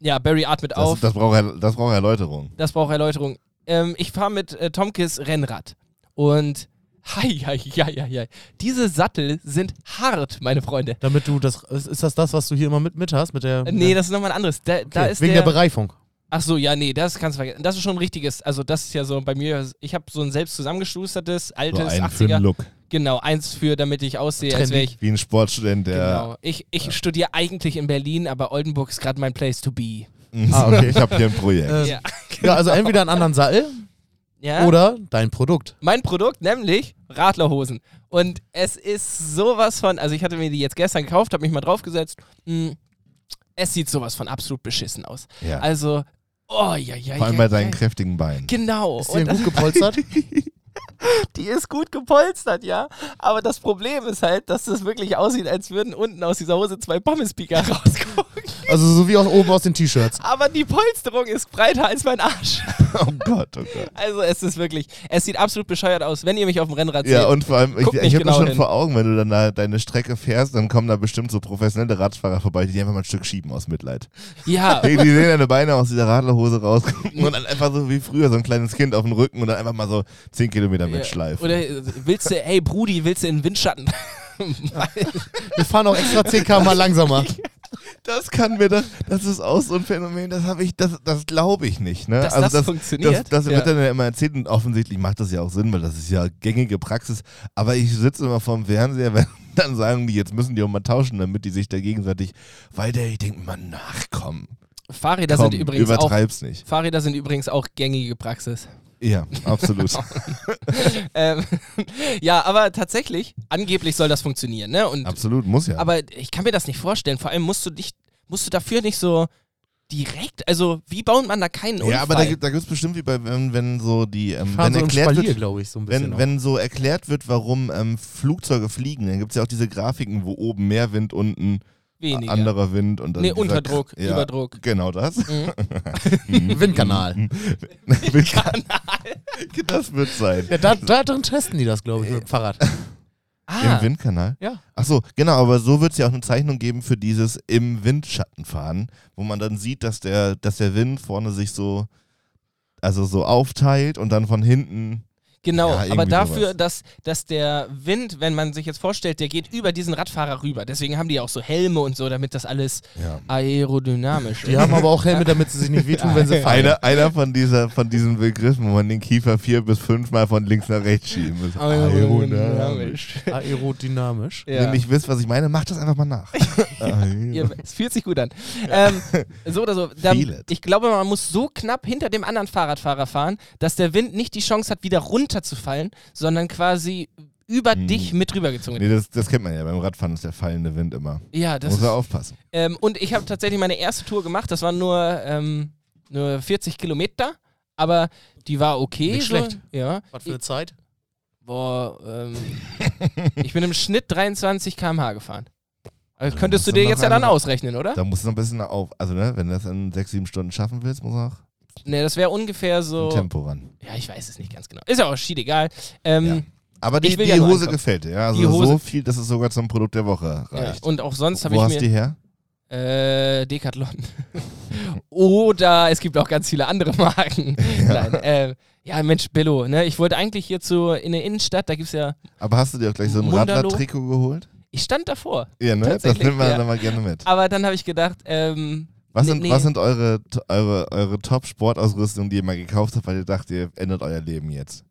S1: Ja, Barry atmet auf.
S4: Das, das, braucht, Er- das braucht Erläuterung.
S1: Das braucht Erläuterung. Ähm, ich fahre mit äh, Tomkis Rennrad. Und hei, hei, hei, hei, hei. diese Sattel sind hart, meine Freunde.
S3: Damit du das. Ist ist das das, was du hier immer mit, mit hast? Mit der, ne?
S1: Äh, nee, das ist nochmal ein anderes. Da, da
S3: Okay,
S1: ist
S3: Wegen der,
S1: der,
S3: Bereifung.
S1: Ach so, ja, nee, das kannst du vergessen. Das ist schon ein richtiges. Also, das ist ja so bei mir. Ich habe so ein selbst zusammengeschlustertes,
S4: So
S1: altes
S4: einen
S1: 80er.
S4: schönen Look.
S1: Genau, eins für, damit ich aussehe, als wäre ich.
S4: Wie ein Sportstudent, der.
S1: Genau. Ich, ich studiere eigentlich in Berlin, aber Oldenburg ist gerade mein Place to be.
S3: Ah, okay.
S4: ich habe hier ein Projekt.
S3: Äh,
S1: Ja.
S3: Ja, also entweder einen anderen Sattel
S1: ja.
S3: oder dein Produkt.
S1: mein Produkt, nämlich Radlerhosen. Und es ist sowas von, also ich hatte mir die jetzt gestern gekauft, habe mich mal draufgesetzt. Mm, es sieht sowas von absolut beschissen aus.
S4: ja.
S1: Also, oh ja, ja,
S4: Vor allem
S1: ja,
S4: bei deinen
S1: ja.
S4: kräftigen Beinen.
S1: Genau.
S3: Ist dir
S1: Und
S3: gut gepolstert?
S1: die ist gut gepolstert, ja. Aber das Problem ist halt, dass das wirklich aussieht, als würden unten aus dieser Hose zwei Pommespieker rausgucken.
S3: Also so wie auch oben aus den T-Shirts.
S1: Aber die Polsterung ist breiter als mein Arsch.
S4: Oh Gott, oh Gott.
S1: Also es ist wirklich, es sieht absolut bescheuert aus, wenn ihr mich auf dem Rennrad seht.
S4: Ja, und vor allem, ich,
S1: Guck
S4: ich
S1: nicht
S4: habe das
S1: genau
S4: schon
S1: hin.
S4: vor Augen, wenn du dann da deine Strecke fährst, dann kommen da bestimmt so professionelle Radfahrer vorbei, die dir einfach mal ein Stück schieben aus Mitleid.
S1: ja,
S4: Die, die sehen deine Beine aus dieser Radlerhose rausgucken und dann einfach so wie früher so ein kleines Kind auf den Rücken und dann einfach mal so 10 Kilometer mitschleifen.
S1: Oder äh, willst du, ey Brudi, willst du in den Windschatten?
S3: Wir fahren auch extra 10 km mal langsamer.
S4: das kann mir doch, das ist auch so ein Phänomen, das habe ich, das, das glaube ich nicht. Ne?
S1: Dass das funktioniert?
S4: Das, das
S1: Ja.
S4: wird dann ja immer erzählt und offensichtlich macht das ja auch Sinn, weil das ist ja gängige Praxis. Aber ich sitze immer vorm Fernseher, wenn dann sagen die, jetzt müssen die auch mal tauschen, damit die sich da gegenseitig weiter, ich denke mal, nachkommen.
S1: Fahrräder
S4: Komm,
S1: sind übrigens auch
S4: übertreib's nicht.
S1: Fahrräder sind übrigens auch gängige Praxis.
S4: Ja, absolut.
S1: Ähm, ja, aber tatsächlich, angeblich soll das funktionieren, ne? Und,
S4: absolut, muss ja.
S1: aber ich kann mir das nicht vorstellen. Vor allem musst du dich, musst du dafür nicht so direkt, also wie baut man da keinen Unfall?
S4: ja, aber da, gibt- da gibt es bestimmt wie bei, wenn, wenn so die, ähm,
S3: Fahren
S4: wenn
S3: so im
S4: erklärt
S3: Spalier,
S4: wird,
S3: glaube ich, so ein bisschen.
S4: Wenn, wenn so erklärt wird, warum ähm, Flugzeuge fliegen, dann gibt es ja auch diese Grafiken, wo oben mehr Wind, unten
S1: weniger.
S4: anderer Wind und dann.
S1: Nee,
S4: dieser-
S1: Unterdruck, Überdruck.
S4: Genau das. Mhm.
S3: Windkanal.
S4: das wird sein.
S3: Ja, da, da drin testen die das, glaube ich, mit dem Fahrrad.
S1: Ah,
S4: Im Windkanal?
S3: Ja.
S4: Achso, genau, aber so wird es ja auch eine Zeichnung geben für dieses im Windschattenfahren, wo man dann sieht, dass der, dass der Wind vorne sich so, also so aufteilt und dann von hinten.
S1: genau.
S4: Ja,
S1: aber
S4: irgendwie
S1: dafür,
S4: sowas.
S1: dass, dass der Wind, wenn man sich jetzt vorstellt, der geht über diesen Radfahrer rüber. Deswegen haben die auch so Helme und so, damit das alles
S4: Ja.
S1: aerodynamisch ist.
S3: Die haben aber auch Helme, damit sie sich nicht wehtun, wenn sie fallen.
S4: Einer, einer von, dieser, von diesen Begriffen, wo man den Kiefer vier bis fünfmal von links nach rechts schieben muss.
S1: Ah,
S4: ne?
S1: Aerodynamisch.
S3: Aerodynamisch.
S4: Wenn ihr nicht wisst, was ich meine, macht das einfach mal nach.
S1: Ihr, es fühlt sich gut an. Ähm, so oder so. Da,
S4: Feel it.
S1: ich glaube, man muss so knapp hinter dem anderen Fahrradfahrer fahren, dass der Wind nicht die Chance hat, wieder runterzufallen, sondern quasi über
S4: Hm.
S1: dich mit rübergezogen
S4: nee,
S1: wird.
S4: das, das kennt man ja. Beim Radfahren ist der fallende Wind immer.
S1: Ja, das
S4: muss
S1: ist,
S4: er aufpassen.
S1: ähm, Und ich habe tatsächlich meine erste Tour gemacht. Das waren nur, ähm, nur 40 Kilometer, aber die war okay.
S3: Nicht
S1: so.
S3: schlecht.
S1: Ja.
S3: Was für eine Zeit?
S1: Boah, ähm, ich bin im Schnitt 23 km/h gefahren. Also
S4: Ja,
S1: könntest du
S4: musst du
S1: dir
S4: noch
S1: jetzt ja dann
S4: einmal-
S1: ausrechnen, oder?
S4: Da muss es noch ein bisschen auf. Also, ne, wenn du das in sechs, sieben Stunden schaffen willst, muss auch
S1: Ne, das wäre ungefähr so.
S4: ein Tempo ran.
S1: Ja, ich weiß es nicht ganz genau. Ist ja auch schied egal. Ähm,
S4: Aber die,
S1: Ich will
S4: die
S1: ja nur
S4: Hose
S1: einkaufen.
S4: gefällt dir. Ja? Also
S1: Die
S4: so
S1: Hose-
S4: viel, dass es sogar zum Produkt der Woche
S1: ja,
S4: reicht.
S1: Und auch sonst habe
S4: Wo
S1: ich
S4: hast du
S1: mir
S4: die her?
S1: äh, Decathlon. Oder es gibt auch ganz viele andere Marken. Ja, Nein, äh, ja Mensch, Bello, ne? Ich wollte eigentlich hier zu in der Innenstadt, da gibt's ja.
S4: Aber hast du dir auch gleich so ein
S1: Mundalo?
S4: Radler-Trikot geholt?
S1: Ich stand davor.
S4: Ja, ne? Das
S1: Tatsächlich,
S4: nimmt man
S1: ja.
S4: dann mal gerne mit.
S1: Aber dann habe ich gedacht, ähm,
S4: Was
S1: nee,
S4: sind,
S1: nee.
S4: was sind eure, eure, eure Top-Sportausrüstung, die ihr mal gekauft habt, weil ihr dacht, ihr ändert euer Leben jetzt?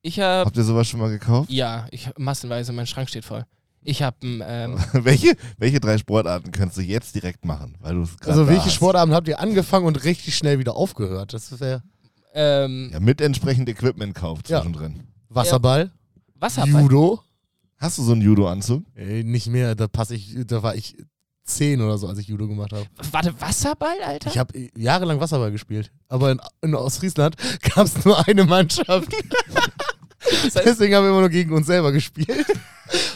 S1: ich habe
S3: Äh,
S4: Habt ihr sowas schon mal gekauft?
S1: ja, ich hab massenweise, mein Schrank steht voll. Ich habe ähm,
S4: welche, welche drei Sportarten könntest du jetzt direkt machen? Weil du es gerade
S3: Also,
S4: da
S3: welche
S4: hast?
S3: Sportarten habt ihr angefangen und richtig schnell wieder aufgehört? Das wäre
S1: ähm,
S4: Ja, mit entsprechend Equipment kauft
S3: Ja.
S4: zwischendrin.
S3: Wasserball,
S1: Wasserball.
S3: Judo.
S4: Hast du so einen Judo-Anzug?
S3: Ey, nicht mehr, da passe ich, da war ich zehn oder so, als ich Judo gemacht habe.
S1: Warte, Wasserball, Alter?
S3: Ich habe jahrelang Wasserball gespielt, aber in, in Ostfriesland gab es nur eine Mannschaft.
S1: Das heißt-
S3: Deswegen haben wir immer nur gegen uns selber gespielt.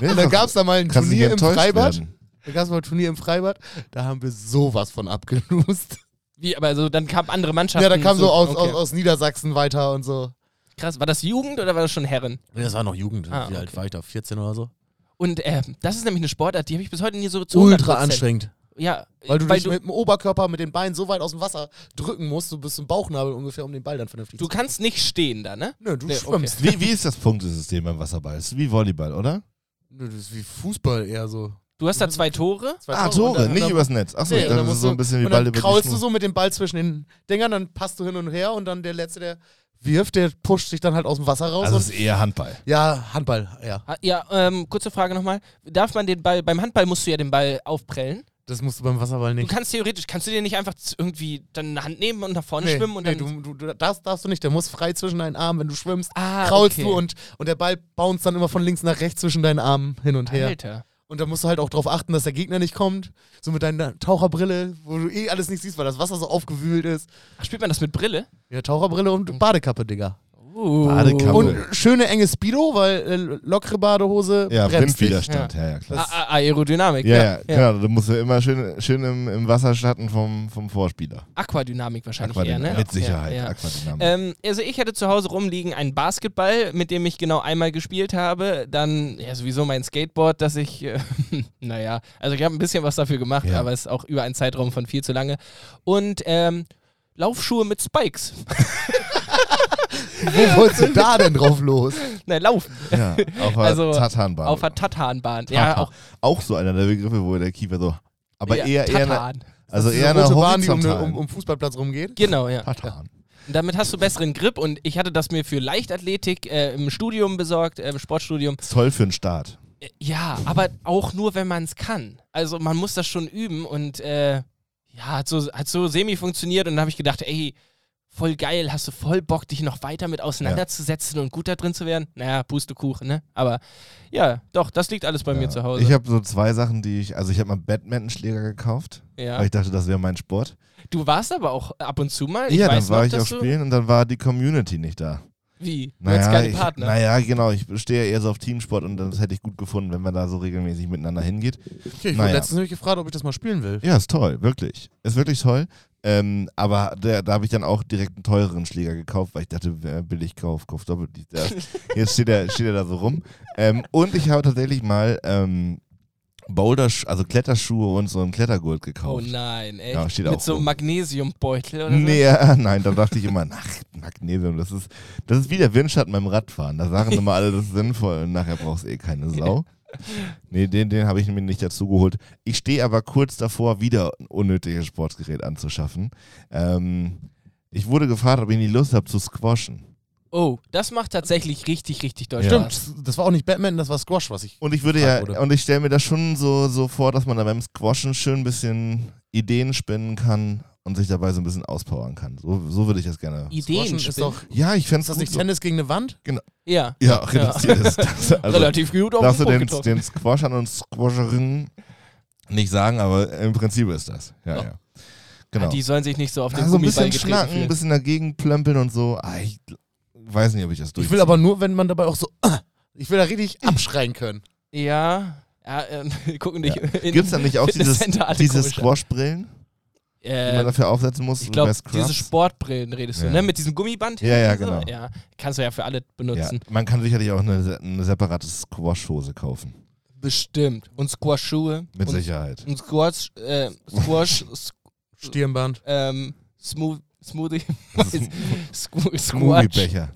S3: Und dann gab es da mal ein
S4: Kannst du nicht
S3: Turnier im
S4: enttäuscht
S3: Freibad.
S4: werden.
S3: Da gab es mal ein Turnier im Freibad, da haben wir sowas von abgelust.
S1: Wie, aber so, dann kamen andere Mannschaften.
S3: Ja, da kam so aus,
S1: okay.
S3: aus, aus Niedersachsen weiter und so.
S1: Krass, war das Jugend oder war das schon Herren?
S3: Das war noch Jugend.
S1: Ah, Wie alt okay.
S3: war ich da? 14 oder so?
S1: Und ähm, das ist nämlich eine Sportart, die habe ich bis heute nie so zu
S3: Ultra
S1: 100%
S3: anstrengend.
S1: Ja,
S3: Weil du dich mit dem Oberkörper, mit den Beinen so weit aus dem Wasser drücken musst, so bis zum Bauchnabel ungefähr, um den Ball dann vernünftig
S1: du kannst nicht stehen da, ne?
S3: Nö, du
S1: Nee, okay.
S3: schwimmst.
S4: Wie, wie ist das Punktesystem beim Wasserball? Ist wie Volleyball, oder?
S3: Nö, das ist wie Fußball eher so.
S1: Du hast da zwei Tore.
S3: Zwei
S4: ah,
S3: und
S4: Tore,
S3: dann-
S4: nicht
S3: dann-
S4: übers Netz. Achso,
S3: Nee,
S4: ich
S3: und
S4: dachte, das
S3: dann
S4: ist
S3: musst
S4: so
S3: du-
S4: ein bisschen wie
S3: und dann
S4: Ball über die
S3: kraulst du
S4: Schnur.
S3: so mit dem Ball zwischen den Dingern, dann passt du hin und her und dann der Letzte, der wirft, der pusht sich dann halt aus dem Wasser raus.
S4: Also es
S3: und,
S4: ist eher Handball.
S3: ja, Handball, ja.
S1: Ah, Ja, ähm, kurze Frage nochmal. Darf man den Ball, beim Handball musst du ja den Ball aufprellen.
S3: Das musst du beim Wasserball
S1: Du
S3: nicht.
S1: kannst theoretisch, kannst du den nicht einfach z- irgendwie dann eine Hand nehmen und nach vorne
S3: Nee,
S1: schwimmen und
S3: nee,
S1: dann.
S3: du, du, du, das darfst du nicht. Der muss frei zwischen deinen Armen, wenn du schwimmst.
S1: ah,
S3: kraulst
S1: okay.
S3: du und, und der Ball bounce dann immer von links nach rechts zwischen deinen Armen hin und her.
S1: Alter.
S3: Und da musst du halt auch drauf achten, dass der Gegner nicht kommt. So mit deiner Taucherbrille, wo du eh alles nicht siehst, weil das Wasser so aufgewühlt ist.
S1: Ach, spielt man das mit Brille?
S3: Ja, Taucherbrille
S1: Mhm.
S3: und Badekappe, Digga.
S1: Uh.
S4: Badekappe.
S3: Und schöne enge Speedo, weil äh, lockere Badehose
S4: Ja,
S3: bremst dich. Ah,
S4: Windwiderstand, ja, ja,
S1: A
S4: klar.
S1: A Aerodynamik.
S4: Ja, ja, genau. Du musst ja immer schön, schön im, im Wasserschatten vom, vom Vorspieler.
S1: Aquadynamik wahrscheinlich eher,
S4: Aquadynamik.
S1: ne?
S4: Mit Sicherheit.
S1: Ja, ja.
S4: Aquadynamik.
S1: Ähm, also ich hätte zu Hause rumliegen einen Basketball, mit dem ich genau einmal gespielt habe. Dann ja sowieso mein Skateboard, das ich, äh, naja, also ich habe ein bisschen was dafür gemacht,
S4: Ja.
S1: aber es ist auch über einen Zeitraum von viel zu lange. Und ähm, Laufschuhe mit Spikes.
S3: Wo wolltest du da denn drauf los?
S1: Nein, Laufen
S4: ja, auf der
S1: also,
S4: Tatanbahn.
S1: auf der Tatanbahn. Ja,
S4: Tata.
S1: auch.
S4: auch so einer der Begriffe, wo der Keeper so. Aber
S1: ja,
S4: eher, eher, eine,
S1: Tatan.
S4: also eher
S3: eine
S4: eine
S3: rote Bahn, die um,
S4: horizontalen.
S3: um, um Fußballplatz rumgeht.
S1: Genau, ja. ja.
S4: Tatan.
S1: Und Damit hast du besseren Grip und ich hatte das mir für Leichtathletik äh, im Studium besorgt, äh, im Sportstudium.
S4: Ist toll für den Start.
S1: Äh, Ja, aber auch nur, wenn man es kann. Also man muss das schon üben und äh, ja, hat so, hat so semi funktioniert und dann habe ich gedacht, ey, voll geil, hast du voll Bock, dich noch weiter mit auseinanderzusetzen und gut da drin zu werden? Naja, Pustekuchen, ne? Aber ja, doch, das liegt alles bei mir
S4: Ja.
S1: zu Hause.
S4: Ich habe so zwei Sachen, die ich. Also, ich habe mal Badmintonschläger gekauft,
S1: ja.
S4: weil ich dachte, das wäre mein Sport.
S1: Du warst aber auch ab und zu mal. Ich
S4: ja,
S1: weiß
S4: dann war
S1: noch,
S4: ich
S1: dass
S4: auch
S1: du,
S4: spielen und dann war die Community nicht da.
S1: Wie? Du hattest
S4: Naja,
S1: keine
S4: ich,
S1: Partner.
S4: naja, genau. Ich stehe eher so auf Teamsport und das hätte ich gut gefunden, wenn man da so regelmäßig miteinander hingeht.
S3: Okay, ich
S4: Naja.
S3: wurde letztens nämlich gefragt, ob ich das mal spielen will.
S4: Ja, ist toll, wirklich. Ist wirklich toll. Ähm, aber der, da habe ich dann auch direkt einen teureren Schläger gekauft, weil ich dachte, wer billig kauft, kauft doppelt. Der, jetzt steht er steht er da so rum. Ähm, und ich habe tatsächlich mal ähm, Boulder, also Kletterschuhe und so einen Klettergurt
S1: oh
S4: gekauft.
S1: nein, echt?
S4: Ja, steht
S1: Mit
S4: auch
S1: so einem
S4: rum.
S1: Magnesiumbeutel oder so?
S4: Nee, äh, nein, da dachte ich immer, ach, Magnesium, das ist, das ist wie der Windschatten beim Radfahren. Da sagen immer alle, das ist sinnvoll und nachher brauchst du eh keine Sau. Nee, den, den habe ich mir nicht dazu geholt. Ich stehe aber kurz davor, wieder ein unnötiges Sportgerät anzuschaffen. Ähm, ich wurde gefragt, ob ich nicht Lust habe zu squashen.
S1: Oh, das macht tatsächlich richtig, richtig deutsch.
S4: Ja.
S1: Spaß.
S3: Stimmt, das war auch nicht Batman, das war Squash, was ich.
S4: Und ich würde
S3: gefragt
S4: ja,
S3: wurde.
S4: und ich stelle mir das schon so, so vor, dass man da beim Squashen schön ein bisschen Ideen spinnen kann und sich dabei so ein bisschen auspowern kann. So, so würde ich das gerne.
S1: Ideen
S3: Squashen ist
S1: spinnen.
S3: doch. Ist
S4: Ja, ich fände
S3: das
S4: es
S3: nicht
S4: so.
S3: Tennis gegen eine Wand?
S1: Ja.
S4: Ja, reduziert ist das. Also,
S1: Relativ gut auf
S4: darfst
S1: den
S4: du
S1: Punkt getroffen.
S4: den, den Squashern und Squasherinnen nicht sagen, aber im Prinzip ist das. Ja,
S1: Ja.
S4: ja. Genau.
S1: Ah, Die sollen sich nicht so auf den
S4: also ein
S1: Gummiball
S4: bisschen
S1: getreten
S4: schnacken, ein
S1: fühlen.
S4: bisschen dagegen plömpeln und so. Ah, ich weiß nicht, ob ich das
S3: Ich
S4: durchziehe.
S3: will aber nur, wenn man dabei auch so. Ich will da richtig abschreien können.
S1: Ja. ja ähm, gucken dich
S4: Ja.
S1: in
S4: Gibt es dann nicht auch dieses,
S1: Fitnesscenter alle
S4: diese
S1: komisch an.
S4: Squash-Brillen, die man
S1: äh,
S4: dafür aufsetzen muss?
S1: Ich glaube,
S4: bei Scrubs?
S1: diese Sportbrillen redest du,
S4: Ja.
S1: ne? Mit diesem Gummiband?
S4: Ja, ja,
S1: so?
S4: genau.
S1: Ja. Kannst du ja für alle
S4: ja.
S1: benutzen.
S4: Man kann sicherlich auch eine, se- eine separate Squash-Hose kaufen.
S1: Bestimmt. Und Squash-Schuhe.
S4: Mit
S1: und,
S4: Sicherheit.
S1: und Squash, äh, Squash, Sk-
S3: Stirnband.
S1: ähm, Smooth, Smoothie,
S4: Das ist
S1: Squ
S4: ein
S1: Squash.
S4: becher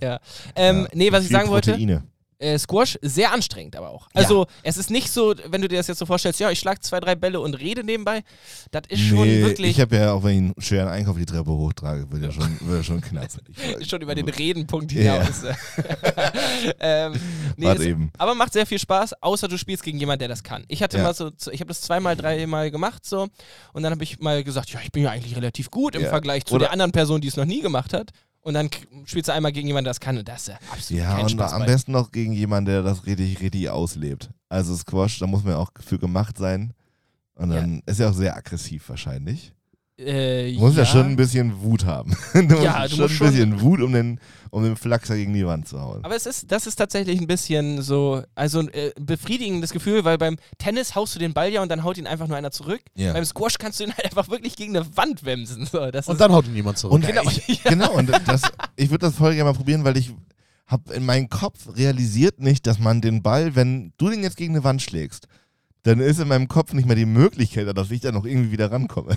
S1: Ähm, Nee, was ich sagen wollte,
S4: Proteine.
S1: äh, Squash sehr anstrengend aber auch.
S4: Ja.
S1: Also es ist nicht so, wenn du dir das jetzt so vorstellst, ja, ich schlag zwei, drei Bälle und rede nebenbei. Das ist schon
S4: Nee,
S1: wirklich
S4: Ich habe ja, auch wenn ich einen schweren Einkauf die Treppe hochtrage, wird ja schon, wird ja schon knapp. Ich-
S1: schon über den
S4: Warte
S1: Redenpunkt
S4: Ja.
S1: hinaus. ähm, nee, es,
S4: eben.
S1: aber macht sehr viel Spaß, außer du spielst gegen jemanden, der das kann. Ich hatte
S4: Ja.
S1: mal so, zu- ich habe das zweimal, dreimal gemacht so und dann habe ich mal gesagt, ja, ich bin ja eigentlich relativ gut im
S4: Ja.
S1: Vergleich zu
S4: Oder-
S1: der anderen Person, die es noch nie gemacht hat. Und dann k- spielst du einmal gegen jemanden, der das kann und das ist ja absolut
S4: Ja,
S1: kein
S4: und
S1: Spaß
S4: am
S1: bei.
S4: besten noch gegen jemanden, der das richtig, richtig auslebt. Also Squash, da muss man ja auch für gemacht sein. Und
S1: Ja.
S4: dann ist ja auch sehr aggressiv wahrscheinlich.
S1: Äh,
S4: Du musst ja, schon ein bisschen Wut haben. Du musst
S1: Ja, du
S4: schon
S1: musst
S4: ein
S1: schon-
S4: bisschen Wut, um den, um den Flachser gegen die Wand zu hauen.
S1: Aber es ist, das ist tatsächlich ein bisschen so, also ein äh, befriedigendes Gefühl, weil beim Tennis haust du den Ball ja und dann haut ihn einfach nur einer zurück.
S4: Ja.
S1: Beim Squash kannst du ihn halt einfach wirklich gegen eine Wand wemsen. So, das
S3: Und
S1: ist,
S3: dann haut ihn niemand zurück.
S4: Und genau, ich, genau und das, ich würde das voll gerne mal probieren, weil ich habe in meinem Kopf realisiert nicht, dass man den Ball, wenn du den jetzt gegen eine Wand schlägst, dann ist in meinem Kopf nicht mehr die Möglichkeit, dass ich da noch irgendwie wieder rankomme.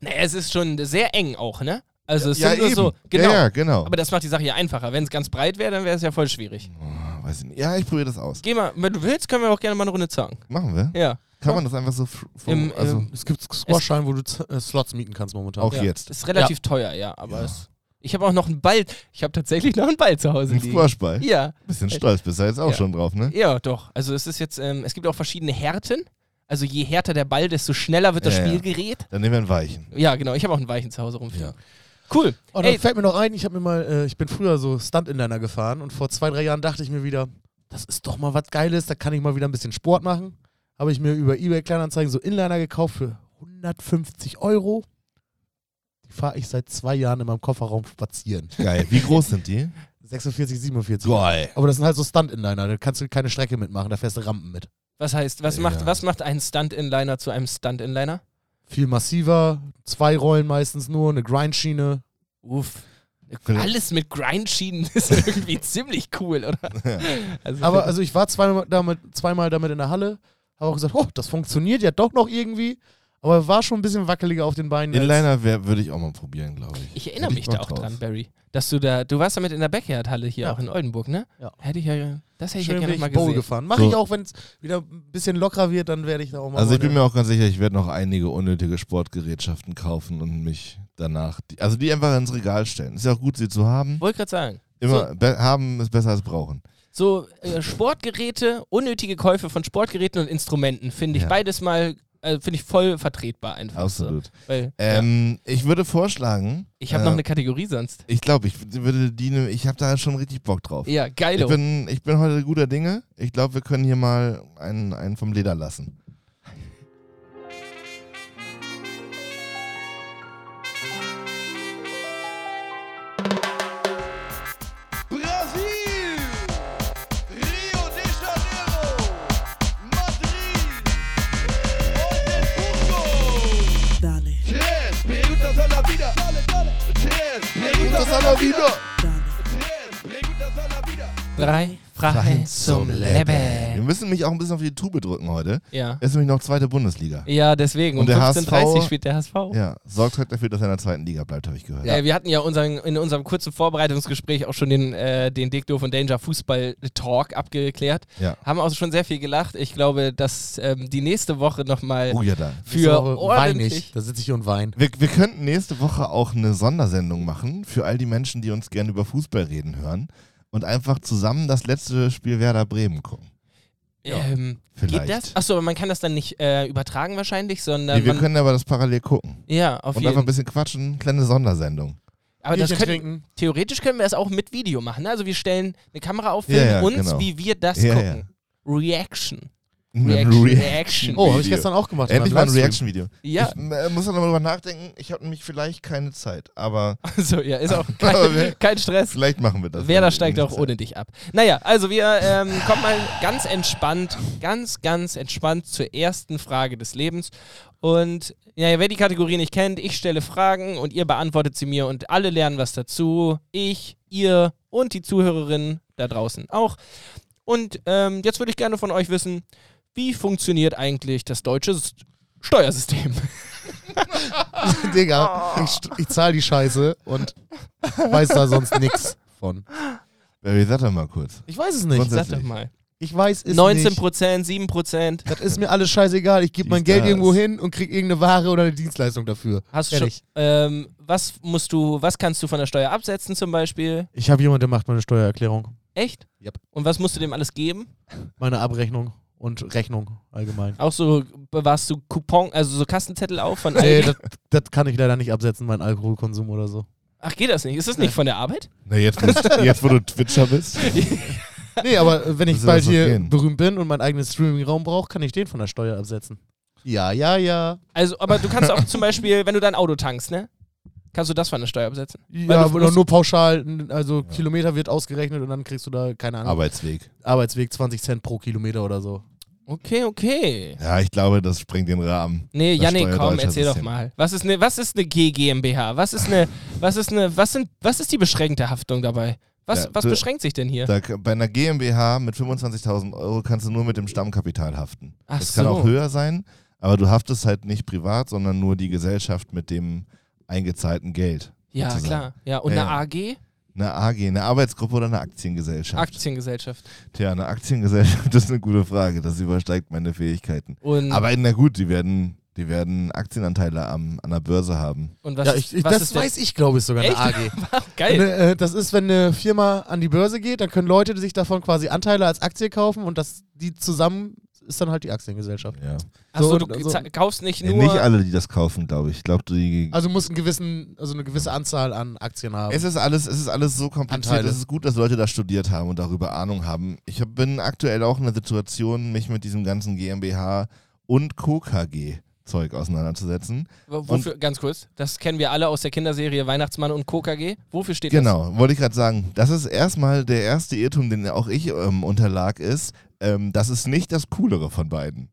S1: Naja, es ist schon sehr eng auch, ne? Also es
S4: ja,
S1: sind nur
S4: eben.
S1: so, genau.
S4: Ja, ja, genau.
S1: Aber das macht die Sache ja einfacher. Wenn es ganz breit wäre, dann wäre es ja voll schwierig.
S4: Oh, weiß ich nicht. Ja, ich probiere das aus.
S1: Geh mal, wenn du willst, können wir auch gerne mal eine Runde zocken.
S4: Machen wir?
S1: Ja.
S4: Kann man das einfach so fr- vom,
S1: Im-
S4: also
S1: im-
S3: Es gibt Squash-Schein, wo du Z äh, Slots mieten kannst momentan.
S4: auch
S1: ja.
S4: jetzt.
S1: Ist relativ teuer, ja, aber es, ich habe auch noch einen Ball. Ich habe tatsächlich noch einen Ball zu Hause
S4: Ein
S1: liegen.
S4: Squashball.
S1: Ja,
S4: Bisschen stolz bist du jetzt auch
S1: Ja.
S4: schon drauf, ne?
S1: ja, doch. Also es ist jetzt, ähm, es gibt auch verschiedene Härten. Also je härter der Ball, desto schneller wird das
S4: Ja, ja.
S1: Spielgerät.
S4: Dann nehmen wir einen Weichen.
S1: Ja, genau. Ich habe auch einen Weichen zu Hause rumfliegen. Cool.
S3: Und Oh, dann
S1: Ey,
S3: fällt mir noch ein, ich habe mir mal, äh, ich bin früher so Stunt-Inliner gefahren und vor zwei, drei Jahren dachte ich mir wieder, das ist doch mal was Geiles, da kann ich mal wieder ein bisschen Sport machen. Habe ich mir über Ebay Kleinanzeigen so Inliner gekauft für 150 Euro. Die fahre ich seit zwei Jahren in meinem Kofferraum spazieren.
S4: Geil. Wie groß sind die?
S3: 46, 47.
S4: Geil.
S3: Aber das sind halt so Stunt-Inliner, da kannst du keine Strecke mitmachen, da fährst du Rampen mit.
S1: was heißt, was macht,
S4: Ja.
S1: was macht ein Stunt-Inliner zu einem Stunt-Inliner?
S3: Viel massiver, zwei Rollen meistens nur, eine Grindschiene.
S1: Uff.
S4: Vielleicht-
S1: Alles mit Grindschienen ist irgendwie ziemlich cool, oder? Also,
S3: Aber also ich war zweimal damit, zweimal damit in der Halle, habe auch gesagt, oh, das funktioniert ja doch noch irgendwie. Aber war schon ein bisschen wackeliger auf den Beinen. als-
S4: Inliner wär- würde ich auch mal probieren, glaube ich.
S1: ich erinnere
S4: Hätte
S1: mich da
S4: Bock
S1: auch
S4: drauf.
S1: dran, Barry. Dass du da, du warst damit in der Backyard-Halle hier
S3: Ja.
S1: auch in Oldenburg, ne?
S3: Ja.
S1: Hätte ich ja, das hätte ich ja
S3: Schön
S1: gerne
S3: bin
S1: noch
S3: ich
S1: mal
S3: Bowl
S1: gesehen.
S3: gefahren. Mache
S4: So.
S3: ich auch, wenn es wieder ein bisschen lockerer wird, dann werde ich da auch mal.
S4: Also ich bin
S3: meine-
S4: mir auch ganz sicher, ich werde noch einige unnötige Sportgerätschaften kaufen und mich danach, die, also die einfach ins Regal stellen. Ist ja auch gut, sie zu haben.
S1: Wollte gerade sagen.
S4: Immer be- haben ist besser als brauchen.
S1: So äh, Sportgeräte, unnötige Käufe von Sportgeräten und Instrumenten finde ich
S4: Ja.
S1: beides mal, äh, finde ich voll vertretbar einfach.
S4: Absolut.
S1: So. Weil, ja,
S4: Ähm, Ich würde vorschlagen,
S1: ich habe
S4: äh,
S1: noch ne- eine Kategorie sonst.
S4: ich glaube, ich würde die, ne- ich habe da schon richtig Bock drauf.
S1: Ja,
S4: Ich
S1: geilo.
S4: bin, ich bin heute guter Dinge. Ich glaube, wir können hier mal einen, einen vom Leder lassen.
S2: Brasil, Rio de Janeiro, Madrid, Oldenburgo.
S6: Dale,
S2: Tres preguntas a la vida. Tres preguntas a la vida.
S6: dale.
S2: Tres preguntas a la vida.
S1: Drei Fragen zum
S4: Wir
S1: Leben.
S4: müssen mich auch ein bisschen auf die Tube drücken heute.
S1: Ja.
S4: Ist nämlich noch zweite Bundesliga.
S1: ja, deswegen. Um
S4: Und der
S1: 15.30 Uhr
S4: HSV?
S1: spielt der HSV.
S4: Ja, sorgt halt dafür, dass er in der zweiten Liga bleibt, habe ich gehört.
S1: Äh, wir hatten ja unseren, in unserem kurzen Vorbereitungsgespräch auch schon den, äh, den Dick Doof und Danger Fußball-Talk abgeklärt.
S4: Ja.
S1: Haben auch schon sehr viel gelacht. Ich glaube, dass ähm, die nächste Woche nochmal
S4: Oh ja, da.
S3: Nächste
S1: für
S3: Woche weine
S1: ordentlich
S3: ich. Da sitze ich hier und weine.
S4: Wir, wir könnten nächste Woche auch eine Sondersendung machen für all die Menschen, die uns gerne über Fußball reden hören und einfach zusammen das letzte Spiel Werder Bremen gucken.
S1: Ähm,
S4: Vielleicht.
S1: geht das? Achso, aber man kann das dann nicht äh, übertragen wahrscheinlich, sondern
S4: Nee, wir
S1: man,
S4: können aber das parallel gucken
S1: ja, auf
S4: und einfach ein
S1: jeden Fall.
S4: bisschen quatschen, kleine Sondersendung.
S1: Aber das
S3: Bierchen
S1: können,
S3: trinken.
S1: theoretisch können wir das auch mit Video machen. ne? Also wir stellen eine Kamera auf,
S4: Ja,
S1: filmen
S4: ja,
S1: uns,
S4: genau.
S1: wie wir das
S4: Ja, ja.
S1: gucken. Reaction. Reaction,
S4: Reaction.
S1: Reaction.
S3: Oh, habe ich
S4: Video.
S3: gestern auch gemacht. in
S4: Endlich mal
S3: meinem
S4: ein
S3: Livestream.
S4: Reaction-Video.
S1: Ja,
S4: Ich äh, muss noch mal drüber nachdenken. Ich habe nämlich vielleicht keine Zeit, aber
S1: also ja, ist auch
S4: Aber wir-
S1: kein, kein Stress.
S4: vielleicht machen wir das.
S1: Werder
S4: wenn-
S1: steigt
S4: wenn
S1: auch
S4: ich
S1: ohne dich ab. Naja, also wir ähm, kommen mal ganz entspannt, ganz, ganz entspannt zur ersten Frage des Lebens. Und ja, wer die Kategorie nicht kennt, ich stelle Fragen und ihr beantwortet sie mir und alle lernen was dazu. Ich, ihr und die Zuhörerinnen da draußen auch. Und ähm, jetzt würde ich gerne von euch wissen, wie funktioniert eigentlich das deutsche S- Steuersystem?
S3: Digga, ich, st- ich zahle die Scheiße und weiß da sonst nichts von.
S4: Sag. Barry, sag doch mal kurz.
S3: Ich weiß es nicht.
S4: Sonst-
S1: Sag doch mal.
S3: Ich weiß es
S1: 19
S3: nicht.
S1: Prozent, 7 Prozent.
S3: Das ist mir alles scheißegal. Ich gebe mein
S4: Dies,
S3: Geld
S4: das.
S3: irgendwo hin und krieg irgendeine Ware oder eine Dienstleistung dafür.
S1: Hast du schon,
S3: Ehrlich.
S1: ähm, was musst du, was kannst du von der Steuer absetzen zum Beispiel?
S3: Ich habe jemanden, der macht meine Steuererklärung,
S1: Echt?
S3: Yep.
S1: Und was musst du dem alles geben?
S3: meine Abrechnung und Rechnung allgemein.
S1: Auch so bewahrst du Coupon, also so Kastenzettel auf von
S3: Nee,
S1: Aldi?
S3: das, das kann ich leider nicht absetzen, meinen Alkoholkonsum oder so.
S1: Ach, geht das nicht? Ist das nicht von der Arbeit?
S4: Na, jetzt, wo- jetzt wo du Twitcher bist.
S3: Nee, aber äh, wenn ich
S4: Müssen wir
S3: bald
S4: das noch
S3: hier
S4: gehen?
S3: berühmt bin und meinen eigenen Streaming-Raum brauche, kann ich den von der Steuer absetzen. Ja, ja, ja.
S1: Also, aber du kannst auch zum Beispiel, wenn du dein Auto tankst, ne? Kannst du das von der Steuer absetzen? Weil
S3: Ja,
S1: du
S3: oder
S1: musst-
S3: nur pauschal, n- also Kilometer wird ausgerechnet und dann kriegst du da, keine Ahnung,
S4: Arbeitsweg.
S3: Arbeitsweg 20 Cent pro Kilometer oder so.
S1: Okay, okay.
S4: Ja, ich glaube, das sprengt den Rahmen.
S1: Nee,
S4: Das
S1: Janik, komm,
S4: steuerdeutsche
S1: erzähl doch
S4: System.
S1: mal. Was ist ne eine, ne, was ist eine G GmbH? Was ist eine, was ist eine, was sind, was ist die beschränkte Haftung dabei? Was,
S4: Ja,
S1: was
S4: du-
S1: beschränkt sich denn hier?
S4: Da, k- bei einer GmbH mit 25.000 Euro kannst du nur mit dem Stammkapital haften.
S1: Ach
S4: das kann
S1: so.
S4: auch höher sein, aber du haftest halt nicht privat, sondern nur die Gesellschaft mit dem eingezahlten Geld.
S1: ja,
S4: sozusagen.
S1: klar. Ja, und
S4: Ja,
S1: eine
S4: ja.
S1: AG?
S4: Eine AG, eine Arbeitsgruppe oder eine Aktiengesellschaft?
S1: Aktiengesellschaft.
S4: Tja, eine Aktiengesellschaft ist eine gute Frage. Das übersteigt meine Fähigkeiten.
S1: Und,
S4: Aber na gut, die werden, die werden Aktienanteile am, an der Börse haben.
S1: und was,
S3: ja,
S1: ist-
S3: ich, ich,
S1: was
S3: das
S1: ist denn-
S3: weiß ich, glaube ich, sogar eine
S1: Echt?
S3: AG.
S1: Geil.
S3: Eine, äh, das ist, wenn eine Firma an die Börse geht, dann können Leute sich davon quasi Anteile als Aktie kaufen und das, die zusammen ist dann halt die Aktiengesellschaft.
S4: Ja.
S1: Achso,
S3: so-
S1: du k-
S3: so-
S1: za- kaufst nicht
S4: Nee,
S1: nur.
S4: nicht alle, die das kaufen, glaube ich. Ich glaube, die.
S3: Also muss einen gewissen, also eine gewisse Anzahl an Aktien haben.
S4: Es ist alles, es ist alles so kompliziert.
S3: Anteile.
S4: Es ist gut, dass Leute das studiert haben und darüber Ahnung haben. Ich hab, bin aktuell auch in der Situation, mich mit diesem ganzen GmbH und KKG-Zeug auseinanderzusetzen.
S1: W- Wofür, ganz kurz, das kennen wir alle aus der Kinderserie Weihnachtsmann und KKG. Wofür steht
S4: Genau, wollte ich gerade sagen. Das ist erstmal der erste Irrtum, den auch ich ähm, unterlag, ist, ähm, das ist nicht das Coolere von beiden.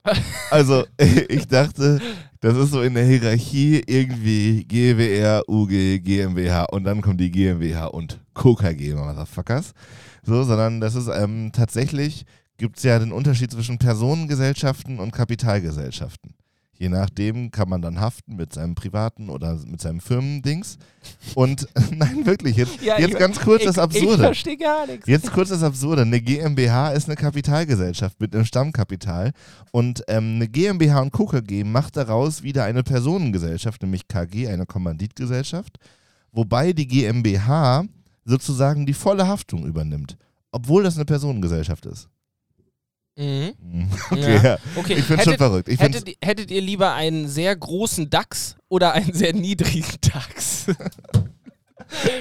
S4: also ich dachte, das ist so in der Hierarchie irgendwie GWR, UG, GmbH und dann kommt die GmbH und KKG, Motherfuckers. So, sondern das ist ähm, tatsächlich, gibt es ja den Unterschied zwischen Personengesellschaften und Kapitalgesellschaften. Je nachdem kann man dann haften mit seinem privaten oder mit seinem Firmendings. Und nein, wirklich, jetzt,
S1: das? Ja,
S4: jetzt
S1: ich-
S4: ganz kurz das
S1: Ich, ich
S4: Absurde.
S1: verstehe gar nichts.
S4: Jetzt kurz das Absurde. Eine GmbH ist eine Kapitalgesellschaft mit einem Stammkapital. Und ähm, eine GmbH und KKG macht daraus wieder eine Personengesellschaft, nämlich KG, eine Kommanditgesellschaft, wobei die GmbH sozusagen die volle Haftung übernimmt, obwohl das eine Personengesellschaft ist.
S1: Mhm.
S4: Mhm. Okay, ja.
S1: Okay,
S4: Ich bin
S1: hättet,
S4: schon verrückt. Ich find's,
S1: hättet, ihr- hättet ihr lieber einen sehr großen DAX oder einen sehr niedrigen DAX?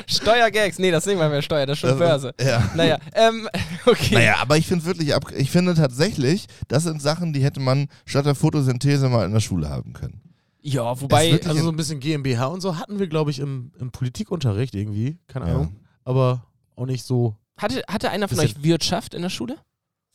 S1: Steuergags. Nee, das ist nicht mal mehr Steuer, das ist schon Börse.
S4: also, Ja.
S1: Naja, ähm, okay.
S4: Naja, aber ich finde wirklich, ab, ich finde tatsächlich, das sind Sachen, die hätte man statt der Photosynthese mal in der Schule haben können.
S1: Ja,
S4: Es
S1: wobei,
S4: wird-
S3: also so ein bisschen GmbH und so hatten wir, glaube ich, im, im Politikunterricht irgendwie. Keine
S4: Ja.
S3: Ahnung. Aber auch nicht so.
S1: hatte, hatte einer von
S3: Bisschen.
S1: euch Wirtschaft in der Schule?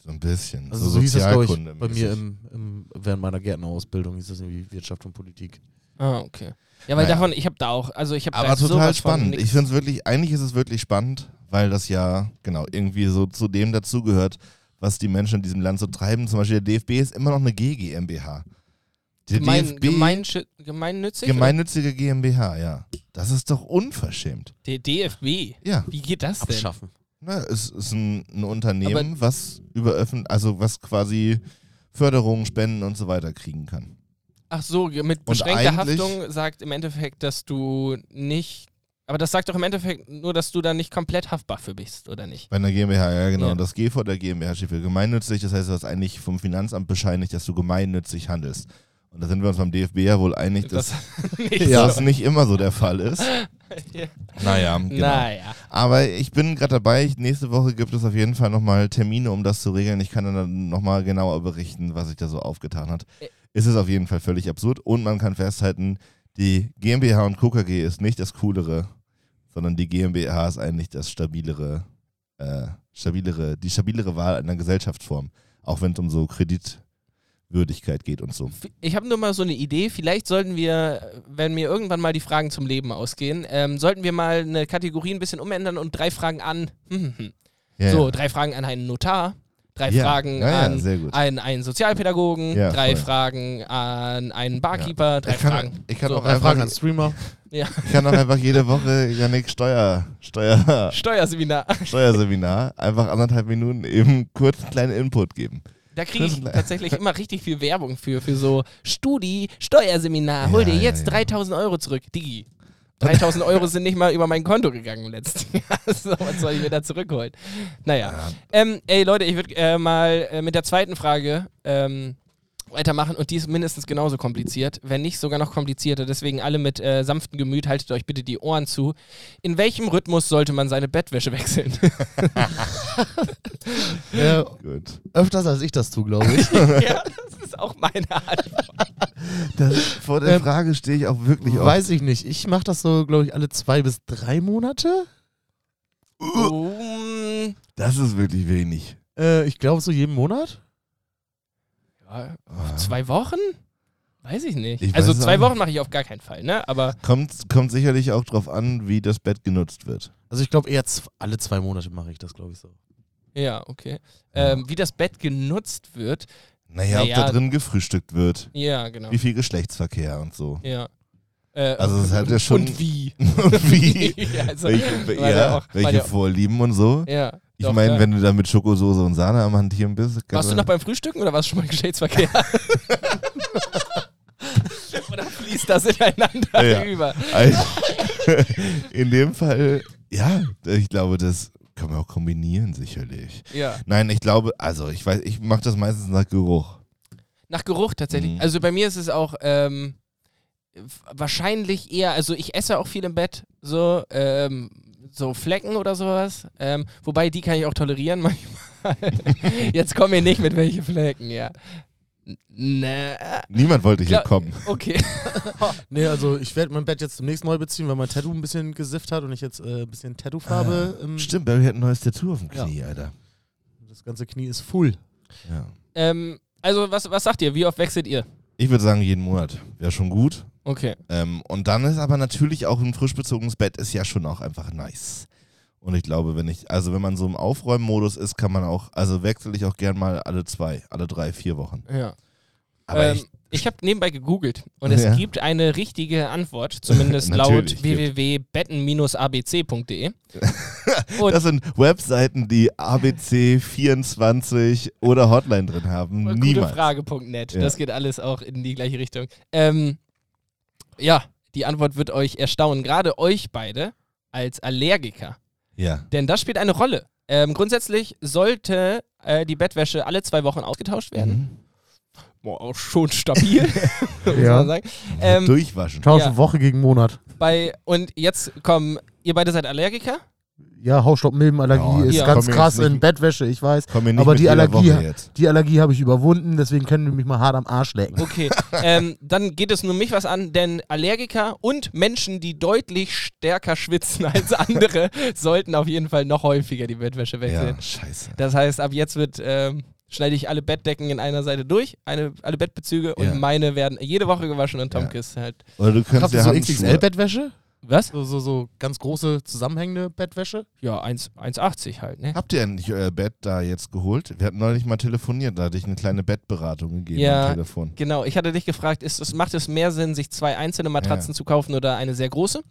S4: So ein bisschen.
S3: Also so, hieß das, glaube ich, bei
S4: sozialkundemäßig.
S3: mir im, im, während meiner Gärtnerausbildung hieß das irgendwie Wirtschaft und Politik.
S1: Ah, okay. Ja, weil
S4: Naja.
S1: davon, ich habe da auch, also ich habe da
S4: Aber total
S1: sowas von
S4: spannend.
S1: nix.
S4: Ich finde es wirklich, eigentlich ist es wirklich spannend, weil das ja, genau, irgendwie so zu dem dazugehört, was die Menschen in diesem Land so treiben. Zum Beispiel der DFB ist immer noch eine GGMBH. Der
S1: Gemein,
S4: DFB,
S1: gemeinsch- gemeinnützig?
S4: gemeinnützige GmbH, ja. Das ist doch unverschämt.
S1: oder? Der DFB.
S4: Ja,
S1: Wie geht das denn?
S3: Abschaffen.
S4: na, es ist ein, ein Unternehmen, was über öffn also was quasi Förderungen, Spenden und so weiter kriegen kann.
S1: Ach so, ge- mit beschränkter
S4: eigentlich-
S1: Haftung sagt im Endeffekt, dass du nicht. Aber das sagt doch im Endeffekt nur, dass du da nicht komplett haftbar für bist, oder nicht?
S4: Bei einer GmbH, ja genau.
S1: Ja.
S4: Und das G vor der GmbH steht für gemeinnützig. Das heißt, du hast eigentlich vom Finanzamt bescheinigt, dass du gemeinnützig handelst. Und da sind wir uns beim DFB ja wohl einig, dass das,
S1: nicht
S4: nicht immer so der Fall ist.
S1: Ja.
S4: Naja, genau.
S1: Naja.
S4: Aber ich bin gerade dabei. Ich, nächste Woche gibt es auf jeden Fall nochmal Termine, um das zu regeln. Ich kann dann nochmal genauer berichten, was sich da so aufgetan hat.
S1: Ä-
S4: Es ist auf jeden Fall völlig absurd. Und man kann festhalten, die GmbH und KKG ist nicht das Coolere, sondern die GmbH ist eigentlich das stabilere, äh, stabilere, die stabilere Wahl einer Gesellschaftsform. Auch wenn es um so Kreditwürdigkeit geht und so.
S1: Ich habe nur mal so eine Idee. Vielleicht sollten wir, wenn mir irgendwann mal die Fragen zum Leben ausgehen, ähm, sollten wir mal eine Kategorie ein bisschen umändern und drei Fragen an. Hm, hm, hm.
S4: Ja,
S1: So,
S4: ja.
S1: drei Fragen an einen Notar, drei
S4: Ja,
S1: Fragen
S4: ja, ja,
S1: an
S4: sehr gut.
S1: einen, einen Sozialpädagogen,
S4: Ja,
S1: drei
S4: voll.
S1: Fragen an einen Barkeeper, drei
S4: ich kann,
S1: Fragen.
S4: Ich kann,
S1: So,
S4: auch
S3: Drei Fragen
S4: einfach,
S3: an Streamer.
S1: Ja.
S4: ich kann auch einfach jede Woche Yannick Steuer, Steuer
S1: Steuerseminar.
S4: Steuerseminar einfach anderthalb Minuten eben kurz einen kleinen Input geben.
S1: Da kriege ich
S4: Künstler-
S1: tatsächlich immer richtig viel Werbung für, für so Studi, Steuerseminar, hol
S4: Ja,
S1: dir
S4: ja,
S1: jetzt
S4: ja.
S1: 3000 Euro zurück, Digi. 3000 Euro sind nicht mal über mein Konto gegangen letztes Jahr. So, was soll ich mir da zurückholen? Naja. Ähm, ey, Leute, ich würde äh, mal äh, mit der zweiten Frage ähm, weitermachen und die ist mindestens genauso kompliziert, wenn nicht sogar noch komplizierter. Deswegen alle mit äh, sanftem Gemüt, haltet euch bitte die Ohren zu. In welchem Rhythmus sollte man seine Bettwäsche wechseln?
S3: Äh,
S4: Gut.
S3: öfters als ich das tue, glaube ich.
S1: ja, das ist auch meine Art.
S4: vor der
S3: Ähm,
S4: Frage stehe ich auch wirklich auf.
S3: Weiß ich nicht. Ich mache das so, glaube ich, alle zwei bis drei Monate.
S4: Uh.
S1: Um,
S4: Das ist wirklich wenig.
S3: Äh, ich glaube so jeden Monat.
S4: Ah.
S1: Ja, Zwei Wochen? Weiß ich nicht.
S4: Ich
S1: also
S4: weiß es
S1: zwei
S4: auch
S1: Wochen mache ich auf gar keinen Fall, ne? Aber
S4: Kommt, kommt sicherlich auch drauf an, wie das Bett genutzt wird.
S3: Also ich glaube eher z- alle zwei Monate mache ich das, glaube ich so.
S1: ja, okay. Ähm, wie das Bett genutzt wird.
S4: Naja, ob
S1: Naja.
S4: da drin gefrühstückt wird,
S1: Ja, genau.
S4: wie viel Geschlechtsverkehr und so.
S1: Ja. Äh,
S4: Also es hat ja schon
S1: Und wie?
S4: und wie,
S1: Ja, also,
S4: welche,
S1: war der
S4: ja,
S1: auch- war
S4: welche
S1: der auch-
S4: Vorlieben und so.
S1: Ja.
S4: ich
S1: doch,
S4: meine,
S1: ja.
S4: wenn du da mit Schokosoße und Sahne am Hantieren bist, kann
S1: Warst du
S4: man-
S1: noch beim Frühstücken oder warst du schon mal im Geschlechtsverkehr? oder fließt das ineinander
S4: Ja.
S1: über?
S4: Also, in dem Fall, ja, ich glaube, das kann man auch kombinieren, sicherlich.
S1: Ja.
S4: Nein, ich glaube, also ich weiß, ich mache das meistens nach Geruch.
S1: Nach Geruch tatsächlich.
S4: Mhm.
S1: Also bei mir ist es auch ähm, f- wahrscheinlich eher, also ich esse auch viel im Bett, so, ähm, so Flecken oder sowas. Ähm, wobei die kann ich auch tolerieren manchmal. Jetzt komm mir nicht mit welchen Flecken, ja. N- Ne,
S4: Niemand wollte hier
S1: Klar.
S4: kommen.
S1: okay.
S3: Nee, also ich werde mein Bett jetzt demnächst neu beziehen, weil mein Tattoo ein bisschen gesifft hat und ich jetzt äh, ein bisschen Tattoofarbe.
S1: Mhm.
S3: Ähm,
S4: Stimmt, Barry hat ein neues Tattoo auf dem Knie, Alter.
S3: Das ganze Knie ist full.
S4: Ja.
S1: Ähm, also was, was sagt ihr? Wie oft wechselt ihr?
S4: Ich würde sagen, jeden Monat wäre schon gut.
S1: Okay.
S4: Ähm, und dann ist aber natürlich auch ein frisch bezogenes Bett ist ja schon auch einfach nice. Und ich glaube, wenn ich, also wenn man so im Aufräummodus ist, kann man auch, also wechsle ich auch gern mal alle zwei, alle drei, vier Wochen.
S1: Ja.
S4: Aber
S1: ähm,
S4: ich,
S1: ich habe nebenbei gegoogelt und es
S4: Ja.
S1: gibt eine richtige Antwort, zumindest laut
S4: Natürlich gibt-
S1: www.betten-abc.de. Und-
S4: das sind Webseiten, die ABC24 oder Hotline drin haben. Niemals.
S1: Gutefrage.net.
S4: Ja.
S1: Das geht alles auch in die gleiche Richtung. Ähm, ja, die Antwort wird euch erstaunen, gerade euch beide als Allergiker.
S4: Ja.
S1: Denn das spielt eine Rolle. Ähm, grundsätzlich sollte äh, die Bettwäsche alle zwei Wochen ausgetauscht werden.
S4: Mhm.
S1: Boah, auch schon stabil, muss
S3: Ja.
S1: man sagen. Ähm,
S4: Durchwaschen.
S3: Tauschen
S1: Ja.
S3: Woche gegen Monat.
S1: Bei, und jetzt kommen, ihr beide seid Allergiker?
S3: Ja, Hausstaub, Milbenallergie
S4: Ja,
S3: ist
S1: ja.
S3: ganz
S4: Komm,
S3: krass
S4: jetzt nicht-
S3: in Bettwäsche, ich weiß.
S4: Komm mir nicht
S3: Aber
S4: mit
S3: die
S4: jeder
S3: Allergie-
S4: Woche jetzt.
S3: Die Allergie habe ich überwunden, deswegen können die mich mal hart am Arsch lecken.
S1: Okay, ähm, dann geht es nur mich was an, denn Allergiker und Menschen, die deutlich stärker schwitzen als andere, sollten auf jeden Fall noch häufiger die Bettwäsche wechseln.
S4: Ja, scheiße.
S1: Das heißt, ab jetzt wird ähm, schneide ich alle Bettdecken in einer Seite durch, eine, alle Bettbezüge und
S4: Ja.
S1: meine werden jede Woche gewaschen und
S4: Ja.
S1: Tomkis halt.
S4: Oder du
S3: Habt
S4: könntest
S3: ihr
S4: ja
S3: so
S4: Handschuhe-
S3: XXL-Bettwäsche?
S1: Was?
S3: So, so, so ganz große, zusammenhängende Bettwäsche?
S1: Ja, 1 1,80 halt, ne?
S4: Habt ihr endlich euer Bett da jetzt geholt? Wir hatten neulich mal telefoniert, da hatte ich eine kleine Bettberatung gegeben
S1: Ja.
S4: am Telefon.
S1: Genau, ich hatte dich gefragt, ist, es- macht es mehr Sinn, sich zwei einzelne Matratzen zu kaufen oder eine sehr große?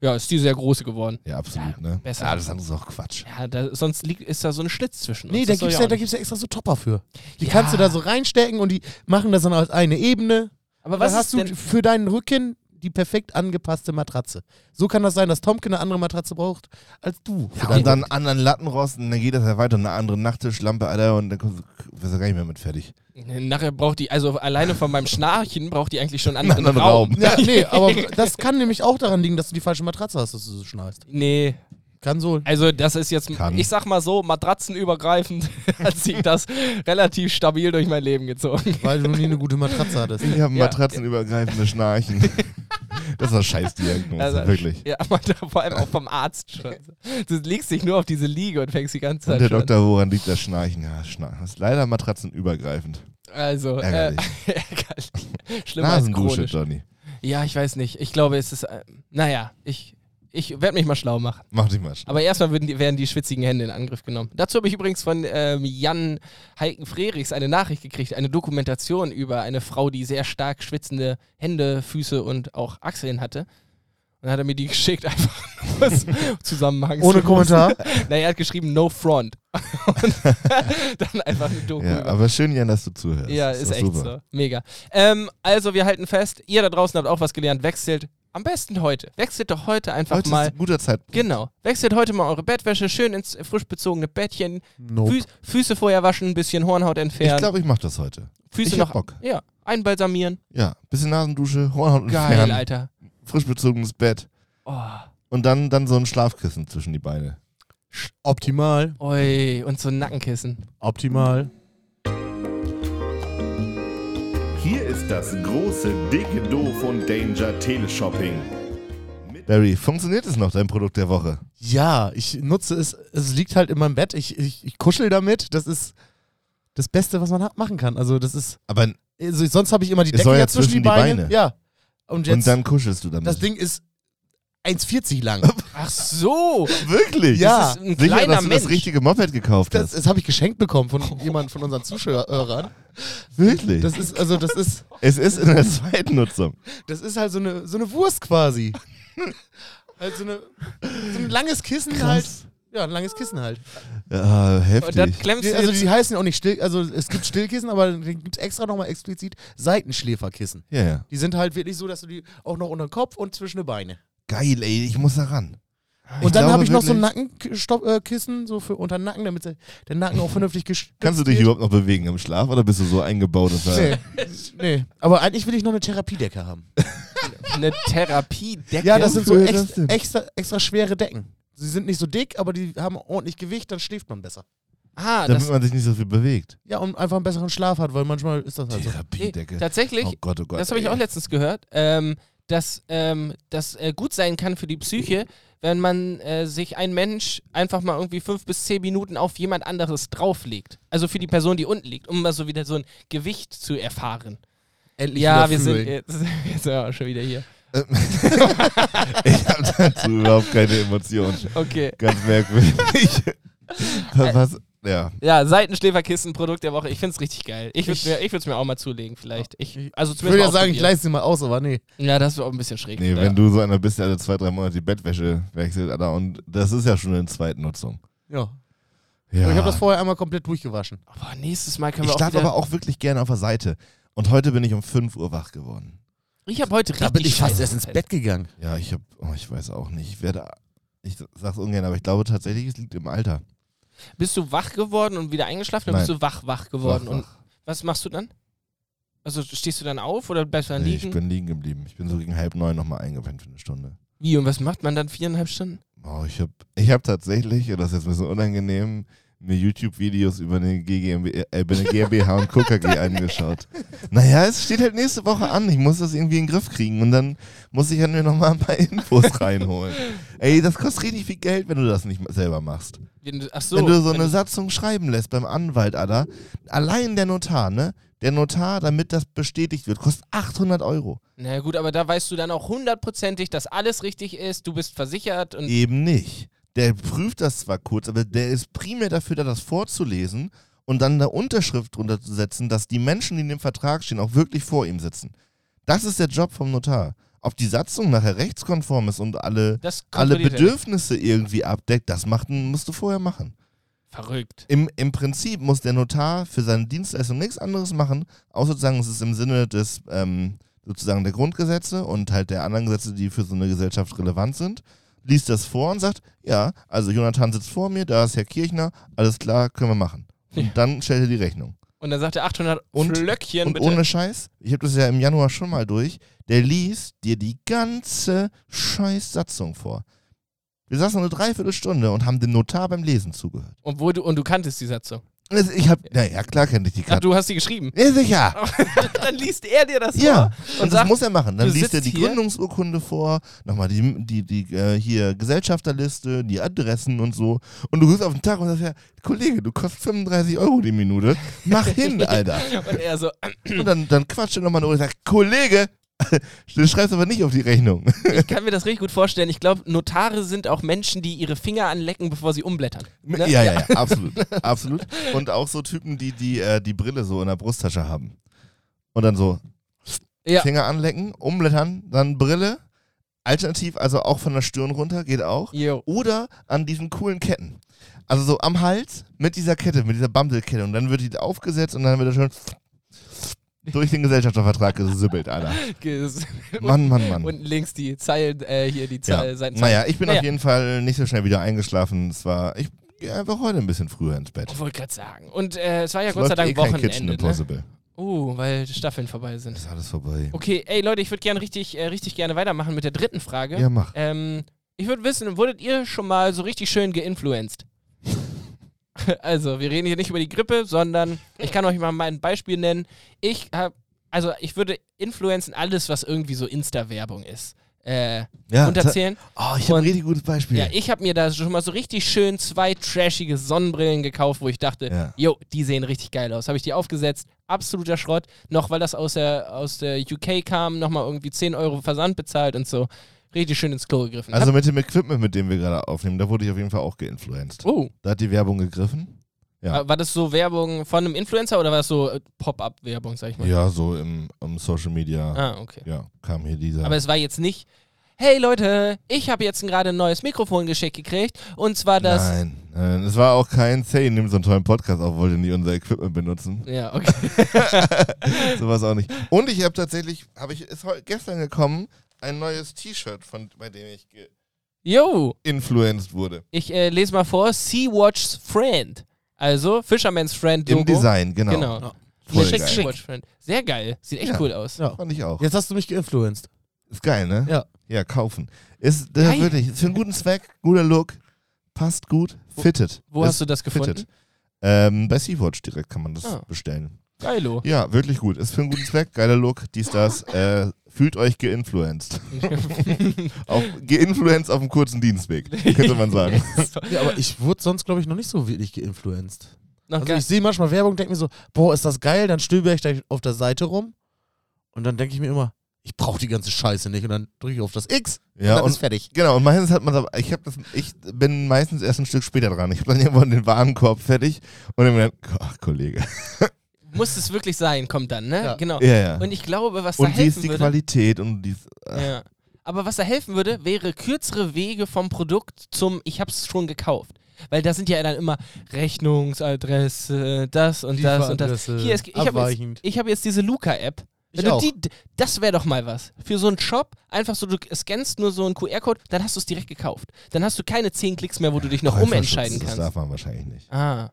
S1: Ja, ist die sehr große geworden.
S4: Ja, absolut, ne?
S1: besser.
S4: Ja, das andere ist auch Quatsch.
S1: Ja, da, sonst liegt, ist da so ein Schlitz zwischen
S3: Nee,
S1: uns.
S3: da
S1: Das soll
S3: gibt
S1: ja
S3: es ja,
S1: auch
S3: da
S1: nicht.
S3: gibt's ja extra so Topper für. Die
S1: Ja.
S3: kannst du da so reinstecken und die machen das dann als eine Ebene.
S1: Aber was
S3: Was
S1: ist
S3: dann hast du
S1: denn,
S3: für deinen Rücken die perfekt angepasste Matratze. So kann das sein, dass Tomke eine andere Matratze braucht als du. für
S4: Ja,
S3: deinen
S4: und dann einen anderen Lattenrost und dann geht das ja weiter und eine andere Nachttischlampe, Alter, und dann kommst du, wirst du gar nicht mehr mit fertig.
S1: Nachher braucht die, also alleine von meinem Schnarchen braucht die eigentlich schon einen anderen,
S4: anderen
S1: Raum.
S4: Raum.
S3: Ja, nee, aber das kann nämlich auch daran liegen, dass du die falsche Matratze hast, dass du so schnarchst.
S1: Nee,
S3: Kann so.
S1: also das ist jetzt,
S4: Kann.
S1: ich sag mal so, matratzenübergreifend hat sich das relativ stabil durch mein Leben gezogen.
S3: Weil du nie eine gute Matratze hattest.
S4: Ich habe
S1: Ja.
S4: matratzenübergreifende Schnarchen. das ist eine scheiß Diagnose,
S1: Also,
S4: wirklich.
S1: Ja, aber da, vor allem auch vom Arzt schon. Du legst dich nur auf diese Liege und fängst die ganze
S4: Und
S1: Zeit
S4: der
S1: schon.
S4: Doktor, woran liegt das Schnarchen? Ja, Schnarchen. Das ist leider matratzenübergreifend.
S1: Also, äh,
S4: Ärgerlich.
S1: ärgerlich. Schlimmer als
S4: Nasendusche,
S1: chronisch.
S4: Johnny.
S1: Ja, ich weiß nicht. Ich glaube, es ist, äh, naja, ich, ich werde mich mal schlau machen.
S4: Mach dich mal schnell.
S1: Aber erstmal würden die, werden die schwitzigen Hände in Angriff genommen. Dazu habe ich übrigens von ähm, Jan Heiken Frerichs eine Nachricht gekriegt, eine Dokumentation über eine Frau, die sehr stark schwitzende Hände, Füße und auch Achseln hatte. Und dann hat er mir die geschickt, einfach aus Zusammenhang.
S3: Ohne Kommentar.
S1: Na, er hat geschrieben No Front. und dann einfach eine Doku
S4: Ja,
S1: über
S4: aber schön, Jan, dass du zuhörst.
S1: Oh, ja,
S4: Das
S1: ist,
S4: doch
S1: echt so. Mega. Ähm, also, wir halten fest, ihr da draußen habt auch was gelernt. Wechselt am besten heute. Wechselt doch heute einfach
S4: Heute
S1: mal.
S4: ist ein guter Zeitpunkt.
S1: Genau. Wechselt heute mal eure Bettwäsche schön ins äh, frisch bezogene Bettchen.
S3: Nope.
S1: Füß, Füße vorher waschen, ein bisschen Hornhaut
S4: Ich
S1: entfernen.
S4: glaube, ich mache das heute.
S1: Füße
S4: ich hab
S1: noch.
S4: Bock.
S1: Ja, einbalsamieren.
S4: Ja, bisschen Nasendusche, Hornhaut
S1: Geil,
S4: entfernen,
S1: Alter.
S4: frisch bezogenes Bett
S1: Oh,
S4: und dann, dann so ein Schlafkissen zwischen die Beine.
S3: Optimal.
S1: oi, und so ein Nackenkissen.
S3: Optimal.
S5: Hier ist das große, dicke Do von Danger Teleshopping.
S4: Barry, funktioniert es noch, dein Produkt der Woche?
S3: Ja, ich nutze es. Es liegt halt in meinem Bett. Ich, ich, ich kuschel damit. Das ist das Beste, was man ha- machen kann. Also, das ist.
S4: Aber
S3: Also sonst habe ich immer die
S4: Es
S3: Decke
S4: soll ja
S3: ja zwischen
S4: zwischen
S3: die
S4: die
S3: Beine.
S4: Beine.
S3: Ja. Und jetzt,
S4: Und dann kuschelst du damit.
S3: das Ding ist 1,40 lang.
S1: Ach so,
S4: Wirklich?
S3: Ja.
S1: das ist ein
S4: Sicher,
S1: kleiner
S4: dass du
S1: Mensch.
S4: das richtige Moped gekauft
S3: Das,
S4: hast.
S3: das habe ich geschenkt bekommen von jemandem von unseren Zuschauern.
S4: Oh. Wirklich?
S3: Das ist, also das ist,
S4: es ist in der zweiten Nutzung.
S3: das ist halt so eine, so eine Wurst quasi. halt so, eine, so ein langes Kissen halt. Ja, ein langes Kissen halt.
S4: Ja, heftig.
S1: Und dann klemmst
S3: Die,
S1: du
S3: also
S1: jetzt-
S3: die heißen ja auch nicht still, also es gibt Stillkissen, aber dann gibt es extra nochmal explizit Seitenschläferkissen.
S4: ja, ja.
S3: Die sind halt wirklich so, dass du die auch noch unter den Kopf und zwischen die Beine.
S4: Geil, ey, ich muss da ran.
S3: Und dann
S4: glaube
S3: habe ich noch so ein
S4: wirklich-
S3: Nackenkissen, so für unter den Nacken, damit der der Nacken auch vernünftig gestützt
S4: Kannst du dich
S3: wird.
S4: überhaupt noch bewegen im Schlaf oder bist du so eingebaut? Dass
S3: Nee.
S4: nee.
S3: nee, aber eigentlich will ich noch eine Therapiedecke haben.
S1: eine Therapiedecke.
S3: Ja, das sind so
S4: Wofür
S3: ex
S4: das denn?
S3: extra, extra schwere Decken. Sie sind nicht so dick, aber die haben ordentlich Gewicht, dann schläft man besser.
S1: ah,
S4: Damit
S1: das,
S4: man sich nicht so viel bewegt.
S3: Ja, und einfach einen besseren Schlaf hat, weil manchmal ist das halt so.
S1: Also, nee,
S4: Therapiedecke.
S1: tatsächlich,
S4: oh Gott, oh Gott.
S1: das habe ich
S4: ey.
S1: auch letztens gehört, ähm, dass ähm, das äh, gut sein kann für die Psyche, wenn man äh, sich ein Mensch einfach mal irgendwie fünf bis zehn Minuten auf jemand anderes drauflegt. Also für die Person, die unten liegt, um mal so wieder so ein Gewicht zu erfahren.
S3: Endlich
S1: ja,
S3: wieder
S1: wir sind
S3: fühlen.
S1: jetzt, jetzt sind wir auch schon wieder hier.
S4: Ich habe dazu überhaupt keine Emotionen.
S1: Okay.
S4: Ganz merkwürdig.
S1: Äh,
S4: Was? Ja.
S1: Ja, Seitenschläferkissen, Produkt der Woche. Ich find's richtig geil. Ich würde mir, ich würd's mir auch mal zulegen, vielleicht. Ich, also
S3: Ich würde
S1: zumindest
S3: ja
S1: mal
S3: sagen, ich
S1: ausprobieren.
S3: leiste sie mal aus, aber nee.
S1: Ja, das wäre auch ein bisschen schräg.
S4: Nee,
S1: ja.
S4: wenn du so einer bist, der alle zwei, drei Monate die Bettwäsche wechselt, Alter, und das ist ja schon eine Zweitnutzung.
S3: Ja.
S4: Ja.
S3: Ich habe das vorher einmal komplett durchgewaschen.
S1: Aber nächstes Mal können
S4: Ich
S1: wir auch
S4: schlafe
S1: wieder...
S4: aber auch wirklich gerne auf der Seite. Und heute bin ich um 5 Uhr wach geworden.
S1: ich habe heute richtig scheiße Zeit.
S3: gegangen.
S4: Ja, ich hab, oh, ich weiß auch nicht. Ich werde, ich sag's ungern, aber ich glaube tatsächlich, es liegt im Alter.
S1: Bist du wach geworden und wieder eingeschlafen oder
S4: Nein.
S1: bist du wach wach geworden?
S4: Wach,
S1: Und
S4: wach.
S1: was machst du dann? Also stehst du dann auf oder bleibst du dann
S4: Nee,
S1: liegen?
S4: ich bin liegen geblieben. Ich bin so gegen halb neun nochmal eingepennt für eine Stunde.
S1: Wie und was macht man dann viereinhalb Stunden?
S4: Oh, ich habe ich hab tatsächlich, und das ist jetzt ein bisschen unangenehm, mir YouTube-Videos über eine, GGMB, äh, über eine GmbH und KKG angeschaut. Naja, es steht halt nächste Woche an. Ich muss das irgendwie in den Griff kriegen und dann muss ich halt mir nochmal ein paar Infos reinholen. Ey, das kostet richtig viel Geld, wenn du das nicht selber machst.
S1: Wenn du- Ach so.
S4: wenn du so
S1: wenn
S4: eine Satzung schreiben lässt beim Anwalt, Alter, allein der Notar, ne? Der Notar, damit das bestätigt wird, kostet 800 Euro.
S1: Na gut, aber da weißt du dann auch hundertprozentig, dass alles richtig ist, du bist versichert und
S4: Eben nicht. Der prüft das zwar kurz, aber der ist primär dafür da, das vorzulesen und dann eine Unterschrift drunter zu setzen, dass die Menschen, die in dem Vertrag stehen, auch wirklich vor ihm sitzen. Das ist der Job vom Notar. Ob die Satzung nachher rechtskonform ist und alle,
S1: das
S4: alle
S1: kontrolliert er nicht.
S4: Bedürfnisse irgendwie abdeckt, das macht, musst du vorher machen.
S1: Verrückt.
S4: Im, Im Prinzip muss der Notar für seine Dienstleistung nichts anderes machen, außer zu sagen, es ist im Sinne des ähm, sozusagen der Grundgesetze und halt der anderen Gesetze, die für so eine Gesellschaft relevant sind. Liest das vor und sagt, ja, also Jonathan sitzt vor mir, da ist Herr Kirchner, alles klar, können wir machen.
S1: Ja.
S4: Und dann stellt er die Rechnung.
S1: Und dann sagt er 800
S4: Und-
S1: Flöckchen
S4: Und
S1: bitte.
S4: ohne Scheiß, ich habe das ja im Januar schon mal durch, der liest dir die ganze Scheißsatzung vor. Wir saßen eine Dreiviertelstunde und haben dem Notar beim Lesen zugehört.
S1: und, wo du, und du kanntest die Satzung.
S4: Also Ich hab, naja, klar kenne ich die
S1: Ach,
S4: Karte.
S1: du hast sie geschrieben.
S4: Ja, sicher.
S1: dann liest er dir das
S4: Ja,
S1: vor.
S4: und das muss er machen. Dann
S1: du
S4: liest er
S1: sitzt
S4: die
S1: hier-
S4: Gründungsurkunde vor, nochmal die, die, die äh, hier Gesellschafterliste, die Adressen und so. Und du rufst auf den Tag und sagst ja, Kollege, du kostest 35 Euro die Minute. Mach hin, Alter.
S1: und er so,
S4: Und dann, dann quatscht er nochmal und sagt, Kollege, du schreibst aber nicht auf die Rechnung.
S1: Ich kann mir das richtig gut vorstellen. Ich glaube, Notare sind auch Menschen, die ihre Finger anlecken, bevor sie umblättern.
S4: Ja, ja, ja, absolut. absolut. Und auch so Typen, die die, äh, die Brille so in der Brusttasche haben. Und dann so
S1: Ja.
S4: Finger anlecken, umblättern, dann Brille. Alternativ, also auch von der Stirn runter, geht auch.
S1: Jo.
S4: Oder an diesen coolen Ketten. Also so am Hals mit dieser Kette, mit dieser Bumble-Kette. Und dann wird die aufgesetzt und dann wird er schon durch den Gesellschaftervertrag gesibbelt, Alter. Mann, Mann, Mann.
S1: Unten links die Zeilen, äh, hier die
S4: Hm. ja.
S1: Zeilen. Seiten-
S4: Naja, ich bin
S1: Naja.
S4: auf jeden Fall nicht so schnell wieder eingeschlafen. Es war, ich gehe einfach heute ein bisschen früher ins Bett.
S1: Ich wollte gerade sagen. Und äh, es war ja
S4: Es
S1: Gott sei
S4: läuft
S1: Dank
S4: eh kein Kitchen
S1: Wochenende. Ne?
S4: Impossible.
S1: Oh, weil die Staffeln vorbei sind.
S4: Ist alles vorbei.
S1: Okay, ey Leute, ich würde gerne richtig, äh, richtig gerne weitermachen mit der dritten Frage.
S4: Ja, mach.
S1: Ähm, ich würde wissen, wurdet ihr schon mal so richtig schön geinfluenced? also, wir reden hier nicht über die Grippe, sondern ich kann euch mal mein Beispiel nennen. Ich habe, also ich würde influenzen alles, was irgendwie so Insta-Werbung ist. äh,
S4: Ja,
S1: runterzählen.
S4: Oh, ich habe
S1: Und-
S4: ein richtig gutes Beispiel.
S1: Ja, ich habe mir da schon mal so richtig schön zwei trashige Sonnenbrillen gekauft, wo ich dachte,
S4: Ja.
S1: jo, die sehen richtig geil aus. Habe ich die aufgesetzt, absoluter Schrott. Noch, weil das aus der, aus der UK kam, nochmal irgendwie 10 Euro Versand bezahlt und so. Richtig schön ins Klo gegriffen.
S4: also mit dem Equipment, mit dem wir gerade aufnehmen, da wurde ich auf jeden Fall auch geinfluenced.
S1: hab, oh,
S4: Da hat die Werbung gegriffen. Ja.
S1: war- war das so Werbung von einem Influencer oder war das so äh, Pop-Up-Werbung, sag ich mal?
S4: Ja, so im, im Social Media.
S1: Ah, okay.
S4: Ja, kam hier dieser.
S1: Aber es war jetzt nicht, hey Leute, ich habe jetzt gerade ein neues Mikrofon geschickt gekriegt und zwar das.
S4: Nein, nein, es war auch kein Say, nimm so einen tollen Podcast auf, wollte nie unser Equipment benutzen.
S1: Ja, okay.
S4: Sowas auch nicht. Und ich habe tatsächlich, habe ich, ist heu- gestern gekommen, ein neues T-Shirt, von bei dem ich
S1: Jo,
S4: geinfluenced wurde.
S1: ich äh, lese mal vor: Sea-Watch's Friend. Also Fisherman's Friend Logo.
S4: Im Design, genau.
S1: Genau.
S3: Ja.
S4: Voll
S1: Schick,
S4: geil.
S1: Sea-Watch Friend. Sehr geil. Sieht echt
S4: Ja.
S1: cool aus.
S3: Ja.
S4: Fand ich auch.
S3: Jetzt hast du mich geinfluenced.
S4: Ist geil, ne?
S3: Ja.
S4: Ja, kaufen. Ist das
S1: Geil.
S4: ist wirklich, ist für einen guten Zweck, guter Look, passt gut, fittet.
S1: Wo
S4: Ist
S1: hast du das gefunden?
S4: Fitted. Ähm, bei Sea-Watch direkt kann man das
S1: Ah.
S4: bestellen.
S1: Geilo.
S4: Ja, wirklich gut. Ist für einen guten Zweck, geiler Look, dies, das. Äh, fühlt euch geinfluenced. auf, geinfluenced auf einem kurzen Dienstweg, könnte man sagen.
S3: Ja, aber ich wurde sonst, glaube ich, noch nicht so wirklich geinfluenced.
S1: Noch
S3: Also
S1: geil.
S3: ich sehe manchmal Werbung, denke mir so, boah, ist das geil, dann stöber ich da auf der Seite rum und dann denke ich mir immer, ich brauche die ganze Scheiße nicht und dann drücke ich auf das X und
S4: Ja,
S3: dann ist
S4: und
S3: fertig.
S4: genau, und meistens hat man aber, ich hab das, ich bin meistens erst ein Stück später dran. Ich habe dann irgendwann den Warenkorb fertig und dann bin ich, ach Kollege.
S1: Muss es wirklich sein, kommt dann, ne?
S3: Ja.
S1: Genau.
S4: Ja, ja.
S1: Und ich glaube, was da
S4: Und wie
S1: helfen
S4: ist die
S1: würde.
S4: Qualität und die
S1: Ja. Aber was da helfen würde, wäre kürzere Wege vom Produkt zum Ich hab's schon gekauft. Weil da sind ja dann immer Rechnungsadresse, das und das und das.
S4: Äh,
S3: Lieferadresse,
S1: Hier, es, ich habe jetzt,
S3: abweichend.
S1: ich hab jetzt diese Luca-App.
S3: Ich
S1: Wenn du
S3: auch.
S1: die, das wäre doch mal was. Für so einen Shop, einfach so, du scannst nur so einen QR-Code, dann hast du es direkt gekauft. Dann hast du keine 10 Klicks mehr, wo du dich noch
S4: Käuferschutz,
S1: umentscheiden
S4: Das
S1: kannst.
S4: darf man wahrscheinlich nicht.
S1: Ah.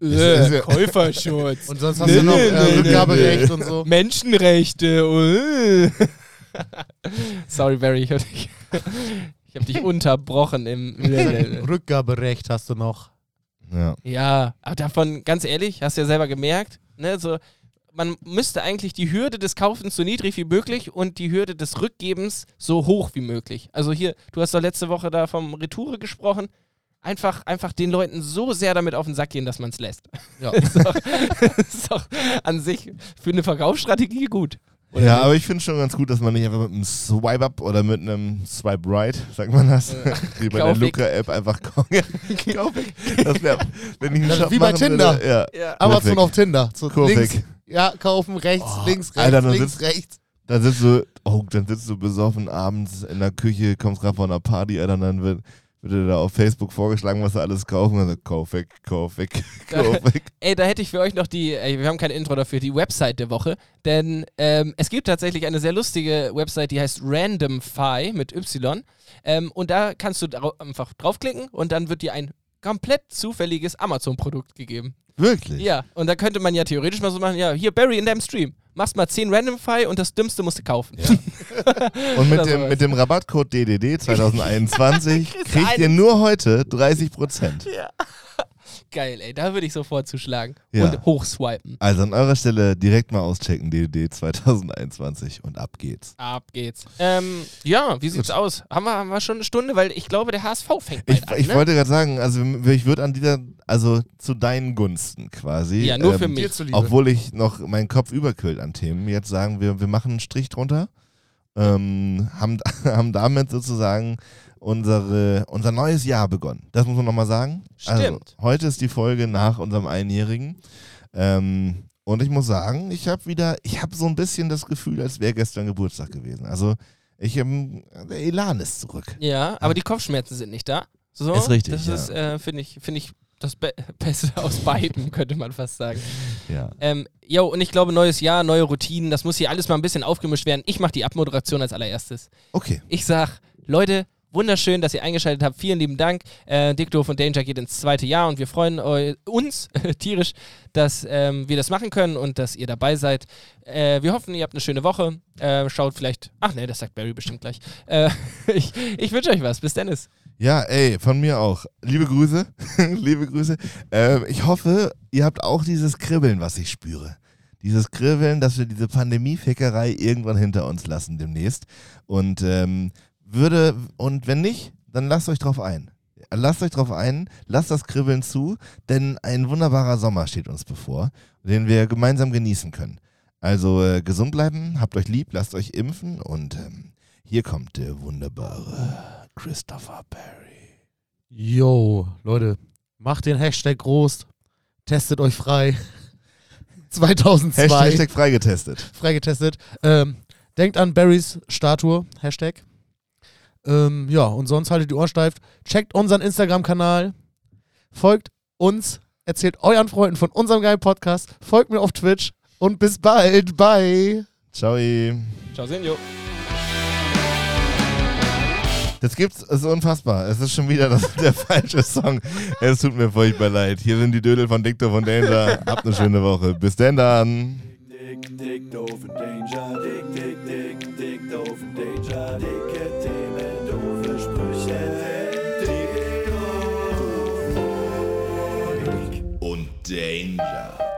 S4: Das ist
S1: Äh,
S4: ja-
S1: Käuferschutz.
S3: Und sonst hast
S1: Nee,
S3: du noch
S1: nee,
S3: äh,
S1: nee,
S3: Rückgaberecht und so.
S1: Menschenrechte. uh. Sorry, Barry, ich hab dich, ich hab dich unterbrochen im.
S3: Rückgaberecht hast du noch.
S4: Ja.
S1: ja, aber davon, ganz ehrlich, hast du ja selber gemerkt, ne, so, man müsste eigentlich die Hürde des Kaufens so niedrig wie möglich und die Hürde des Rückgebens so hoch wie möglich. Also hier, du hast doch letzte Woche da vom Retoure gesprochen. Einfach, einfach den Leuten so sehr damit auf den Sack gehen, dass man es lässt.
S3: Ja.
S1: ist, doch, ist doch an sich für eine Verkaufsstrategie gut.
S4: ja, aber ich finde schon ganz gut, dass man nicht einfach mit einem Swipe Up oder mit einem Swipe Right, sagt man das, wie bei der
S1: Kaufweg.
S4: Luca-App einfach kaufen. das wär, wenn ich einen
S3: Das ist
S4: Shop
S3: wie bei
S4: machen
S3: Tinder.
S4: Würde, ja.
S1: Ja.
S3: Amazon
S4: Kurvig.
S3: auf Tinder. So
S4: Kurvig.
S3: links, ja, kaufen, rechts,
S4: Oh,
S3: links, rechts,
S4: Alter, dann
S3: links,
S4: sitzt-
S3: rechts.
S4: Dann sitzt du, oh, dann sitzt du besoffen abends in der Küche, kommst gerade von einer Party, Alter, und dann wird, wird dir da auf Facebook vorgeschlagen, was du alles kaufen Also, kannst. Kauf weg, kauf weg, kauf weg.
S1: Ey, da hätte ich für euch noch die, ey, wir haben kein Intro dafür, die Website der Woche. Denn ähm, es gibt tatsächlich eine sehr lustige Website, die heißt Randomfy mit Y. Ähm, und da kannst du drau einfach draufklicken und dann wird dir ein komplett zufälliges Amazon-Produkt gegeben.
S4: Wirklich?
S1: Ja, und da könnte man ja theoretisch mal so machen, ja, hier Barry in deinem Stream. Machst mal 10 Randomfy und das Dümmste musst du kaufen.
S4: Und mit
S1: Oder
S4: dem,
S1: sowas.
S4: mit dem Rabattcode DDD 2021
S1: Kriegst du
S4: kriegt ihr
S1: einen-
S4: nur heute 30%.
S1: Geil, ey, da würde ich sofort zuschlagen.
S4: Ja.
S1: Und hochswipen.
S4: Also an eurer Stelle direkt mal auschecken, DDD 2021 und ab geht's.
S1: Ab geht's. Ähm, ja, wie sieht's aus? Haben wir, haben wir schon eine Stunde? Weil ich glaube, der HSV fängt bald
S4: Ich,
S1: an,
S4: ich
S1: ne?
S4: wollte gerade sagen, also ich würde an dieser, also zu deinen Gunsten quasi. ähm,
S1: Ja, nur für mich.
S3: Dir zuliebe.
S4: Obwohl ich noch meinen Kopf überkühlt an Themen. Jetzt sagen wir, wir machen einen Strich drunter. Ähm, haben, haben damit sozusagen unsere, unser neues Jahr begonnen. Das muss man nochmal sagen. Also,
S1: Stimmt.
S4: heute ist die Folge nach unserem Einjährigen. Ähm, und ich muss sagen, ich habe wieder, ich habe so ein bisschen das Gefühl, als wäre gestern Geburtstag gewesen. Also, ich ähm, der Elan ist zurück.
S1: Ja, aber die Kopfschmerzen sind nicht da. So,
S4: Ist richtig,
S1: Das
S4: ja.
S1: ist, äh, finde ich, finde ich das Be Beste aus beiden, könnte man fast sagen.
S4: Ja.
S1: Ähm, jo, und ich glaube, neues Jahr, neue Routinen, das muss hier alles mal ein bisschen aufgemischt werden. Ich mache die Abmoderation als allererstes.
S4: Okay.
S1: Ich sag, Leute, wunderschön, dass ihr eingeschaltet habt. Vielen lieben Dank. Äh, Dick Doof und Danger geht ins zweite Jahr und wir freuen eu uns tierisch, dass ähm, wir das machen können und dass ihr dabei seid. Äh, wir hoffen, ihr habt eine schöne Woche. Äh, schaut vielleicht. Ach nee, das sagt Barry bestimmt gleich. Äh, ich ich wünsche euch was. Bis Dennis.
S4: Ja, ey, von mir auch. Liebe Grüße. Liebe Grüße. Ähm, ich hoffe, ihr habt auch dieses Kribbeln, was ich spüre. dieses Kribbeln, dass wir diese Pandemiefickerei irgendwann hinter uns lassen demnächst. Und ähm, würde, und wenn nicht, dann lasst euch drauf ein. Lasst euch drauf ein, lasst das Kribbeln zu, denn ein wunderbarer Sommer steht uns bevor, den wir gemeinsam genießen können. Also äh, gesund bleiben, habt euch lieb, lasst euch impfen und ähm, hier kommt der wunderbare Christopher Perry.
S3: Yo, Leute, macht den Hashtag groß, testet euch frei. 2002
S4: Hashtag, Hashtag freigetestet.
S3: freigetestet. Ähm, denkt an Barrys Statue, Hashtag. Ähm, ja, und sonst haltet die Ohren steif. Checkt unseren Instagram-Kanal. Folgt uns. Erzählt euren Freunden von unserem geilen Podcast. Folgt mir auf Twitch. Und bis bald. Bye.
S4: Ciao.
S1: Ciao, Senio.
S4: Das gibt's, es ist unfassbar. Es ist schon wieder das, der falsche Song. Es tut mir furchtbar leid. Hier sind die Dödel von Dictor von Danger. Habt eine schöne Woche. Bis denn dann.
S2: Dick, dick, doofen Danger, dick, dick, dick, dick, doofen Danger, dicke Themen, doofe Sprüche, dick, doof, dick.
S5: und Danger.